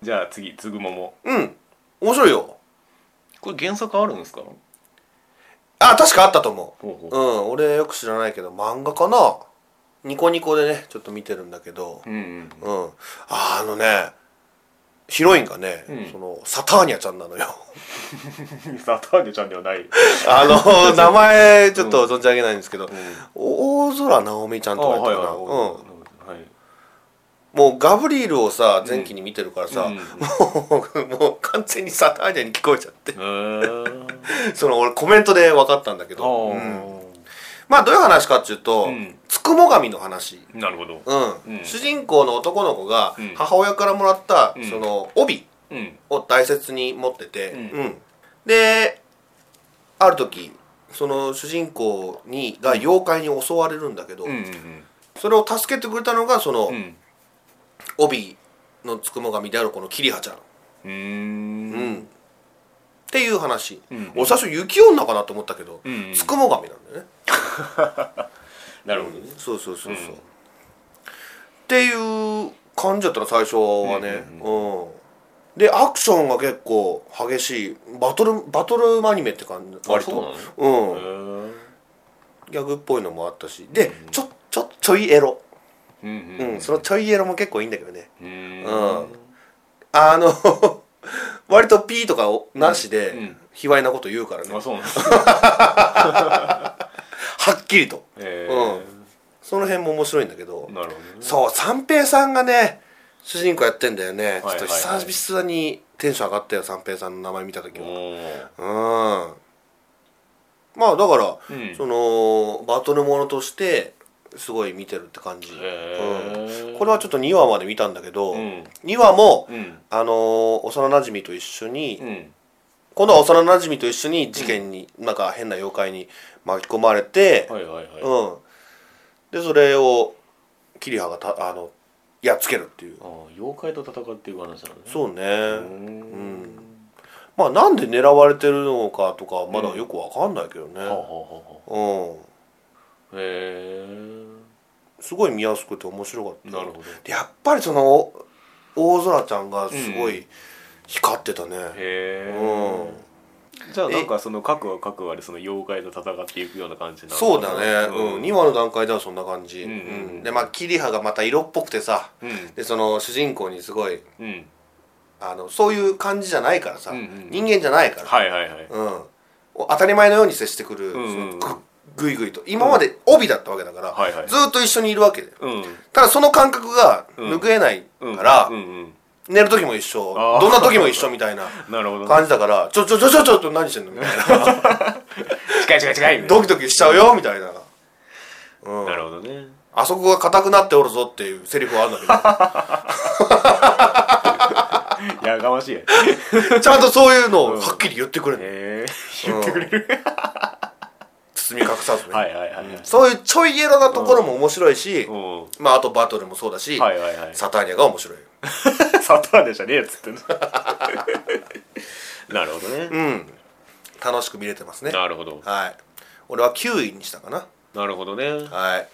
Speaker 1: じゃあ次つぐもも
Speaker 2: うん面白いよ
Speaker 1: これ原作あるんですかほ
Speaker 2: あ確かあったと思
Speaker 1: う
Speaker 2: う
Speaker 1: ほ
Speaker 2: う
Speaker 1: うん
Speaker 2: 俺よく知らないけど漫画かなニコニコでねちょっと見てるんだけど
Speaker 1: うんうん
Speaker 2: うんああのねヒロインがね、
Speaker 1: うん
Speaker 2: そのサターニャちゃん
Speaker 1: *laughs*
Speaker 2: なのよ
Speaker 1: サターニャちゃんで *laughs* はない、うん、
Speaker 2: あの *laughs* 名前ちょっと存じ上げないんですけど、お大空直美ちゃん
Speaker 1: あ
Speaker 2: とかやった
Speaker 1: はい
Speaker 2: かな、うん
Speaker 1: はいはい、はい
Speaker 2: もうガブリールをさ前期に見てるからさ、
Speaker 1: うん
Speaker 2: *laughs* もうもう完全にサターニャに聞こえちゃって
Speaker 1: うんへ
Speaker 2: その俺コメントで分かったんだけ
Speaker 1: ー
Speaker 2: ど、
Speaker 1: あ
Speaker 2: うん
Speaker 1: ー
Speaker 2: まあどういう話かっていうと、
Speaker 1: うん
Speaker 2: つくも神の話、
Speaker 1: なるほど
Speaker 2: うん
Speaker 1: うん
Speaker 2: 主人公の男の子が
Speaker 1: うん
Speaker 2: 母親からもらった、
Speaker 1: うん
Speaker 2: その帯
Speaker 1: うん
Speaker 2: を大切に持ってて、
Speaker 1: うん
Speaker 2: うんである時その主人公にが妖怪に襲われるんだけど、
Speaker 1: うんうん
Speaker 2: それを助けてくれたのがその、
Speaker 1: うんうん
Speaker 2: 帯のつくも神であるこのキリハちゃん、
Speaker 1: うーん
Speaker 2: うんっていう話、
Speaker 1: うん
Speaker 2: 俺最初雪女かなと思ったけど、
Speaker 1: うんうん
Speaker 2: つくも神なんだよね
Speaker 1: なるほどね
Speaker 2: そうそうそ
Speaker 1: う
Speaker 2: うそう、
Speaker 1: ん
Speaker 2: っていう感じだったら最初はね
Speaker 1: う
Speaker 2: うん、でアクションが結構激しいバトルバトルアニメって感じ割
Speaker 1: そう
Speaker 2: と
Speaker 1: な
Speaker 2: うん、
Speaker 1: のへ
Speaker 2: ギャグっぽいのもあったしで、ちょちょちょいエロ、
Speaker 1: ーうん
Speaker 2: う
Speaker 1: うんん
Speaker 2: そのちょいエロも結構いいんだけどね
Speaker 1: うー
Speaker 2: うんあの *laughs* 割とピーとかをなしで、
Speaker 1: うんうん
Speaker 2: 卑猥なこと言うからね
Speaker 1: あそうなの
Speaker 2: はっきりと
Speaker 1: え
Speaker 2: その辺も面白いんだけど
Speaker 1: ー、なるほどね
Speaker 2: そう三平さんがね主人公やってんだよね、
Speaker 1: はいはいはい
Speaker 2: ちょっと久々にテンション上がったよ三平さんの名前見た時
Speaker 1: お
Speaker 2: は
Speaker 1: ー
Speaker 2: うんまあだから、
Speaker 1: うん
Speaker 2: そのバトルものとしてすごい見てるって感じ、
Speaker 1: へ
Speaker 2: う
Speaker 1: ー
Speaker 2: んこれはちょっと2話まで見たんだけど、
Speaker 1: うん
Speaker 2: 2話も、
Speaker 1: うん
Speaker 2: あのー幼なじみと一緒に、
Speaker 1: うん
Speaker 2: 今度は幼なじみと一緒に事件に、なんか変な妖怪に巻き込まれて、
Speaker 1: はいはいはい、あ
Speaker 2: うんでそれをキリハがたあのやっつけるっていう
Speaker 1: あ妖怪と戦っていう話なんだねう
Speaker 2: そうね、
Speaker 1: ーん
Speaker 2: まあなんで狙われてるのかとかまだよくわかんないけどね
Speaker 1: はあはあはあはあ
Speaker 2: うん、
Speaker 1: へ
Speaker 2: すごい見やすくて面白かっ
Speaker 1: え
Speaker 2: た
Speaker 1: なるほど
Speaker 2: でやっぱりその大空ちゃんがすご
Speaker 1: う
Speaker 2: い光ってたね、
Speaker 1: へえ、
Speaker 2: うん
Speaker 1: じゃあなんかその各話各話でその妖怪と戦っていくような感じなのかな
Speaker 2: そうだね、うん
Speaker 1: うん
Speaker 2: 2話の段階ではそんな感じ、
Speaker 1: うんうんうん
Speaker 2: うんでまあキリハがまた色っぽくてさでその主人公にすごい
Speaker 1: うん、うん、
Speaker 2: あのそういう感じじゃないからさ、
Speaker 1: うんうん
Speaker 2: 人間じゃないから、
Speaker 1: はいはいはい
Speaker 2: うん、お当たり前のように接してくる、
Speaker 1: うんうんうん
Speaker 2: そのぐぐいぐいと今まで帯だったわけだから、
Speaker 1: はいはい
Speaker 2: ずーっと一緒にいるわけで
Speaker 1: うん
Speaker 2: ただその感覚が
Speaker 1: うん
Speaker 2: 拭えない
Speaker 1: うん
Speaker 2: から、
Speaker 1: うんうん
Speaker 2: 寝る時も一緒
Speaker 1: あー
Speaker 2: どんな時も一緒みたいな
Speaker 1: なるほど、
Speaker 2: 感じだから「ちょちょちょちょちょ」と何してんのみたいな
Speaker 1: 近い近い近いみたい
Speaker 2: ドキドキしちゃうよみたいな、う、
Speaker 1: なんなるほどね
Speaker 2: あそこが硬くなっておるぞっていうセリフはあるんだ
Speaker 1: やがましいやへ
Speaker 2: けどちゃんとそういうのをはっきり言ってくれる、
Speaker 1: え
Speaker 2: *laughs*
Speaker 1: 言ってくれる、
Speaker 2: 包み隠さずね、
Speaker 1: はいはいはいはい
Speaker 2: そういうちょいエロなところも面白いし、
Speaker 1: うん
Speaker 2: まああとバトルもそうだし、
Speaker 1: はいはいはい
Speaker 2: サターニャが面白い
Speaker 1: *laughs* 砂糖でじゃねえっつってんの *laughs* なるほどね、
Speaker 2: うん楽しく見れてますね
Speaker 1: なるほど
Speaker 2: はい俺は9位にしたかな
Speaker 1: なるほどね
Speaker 2: はい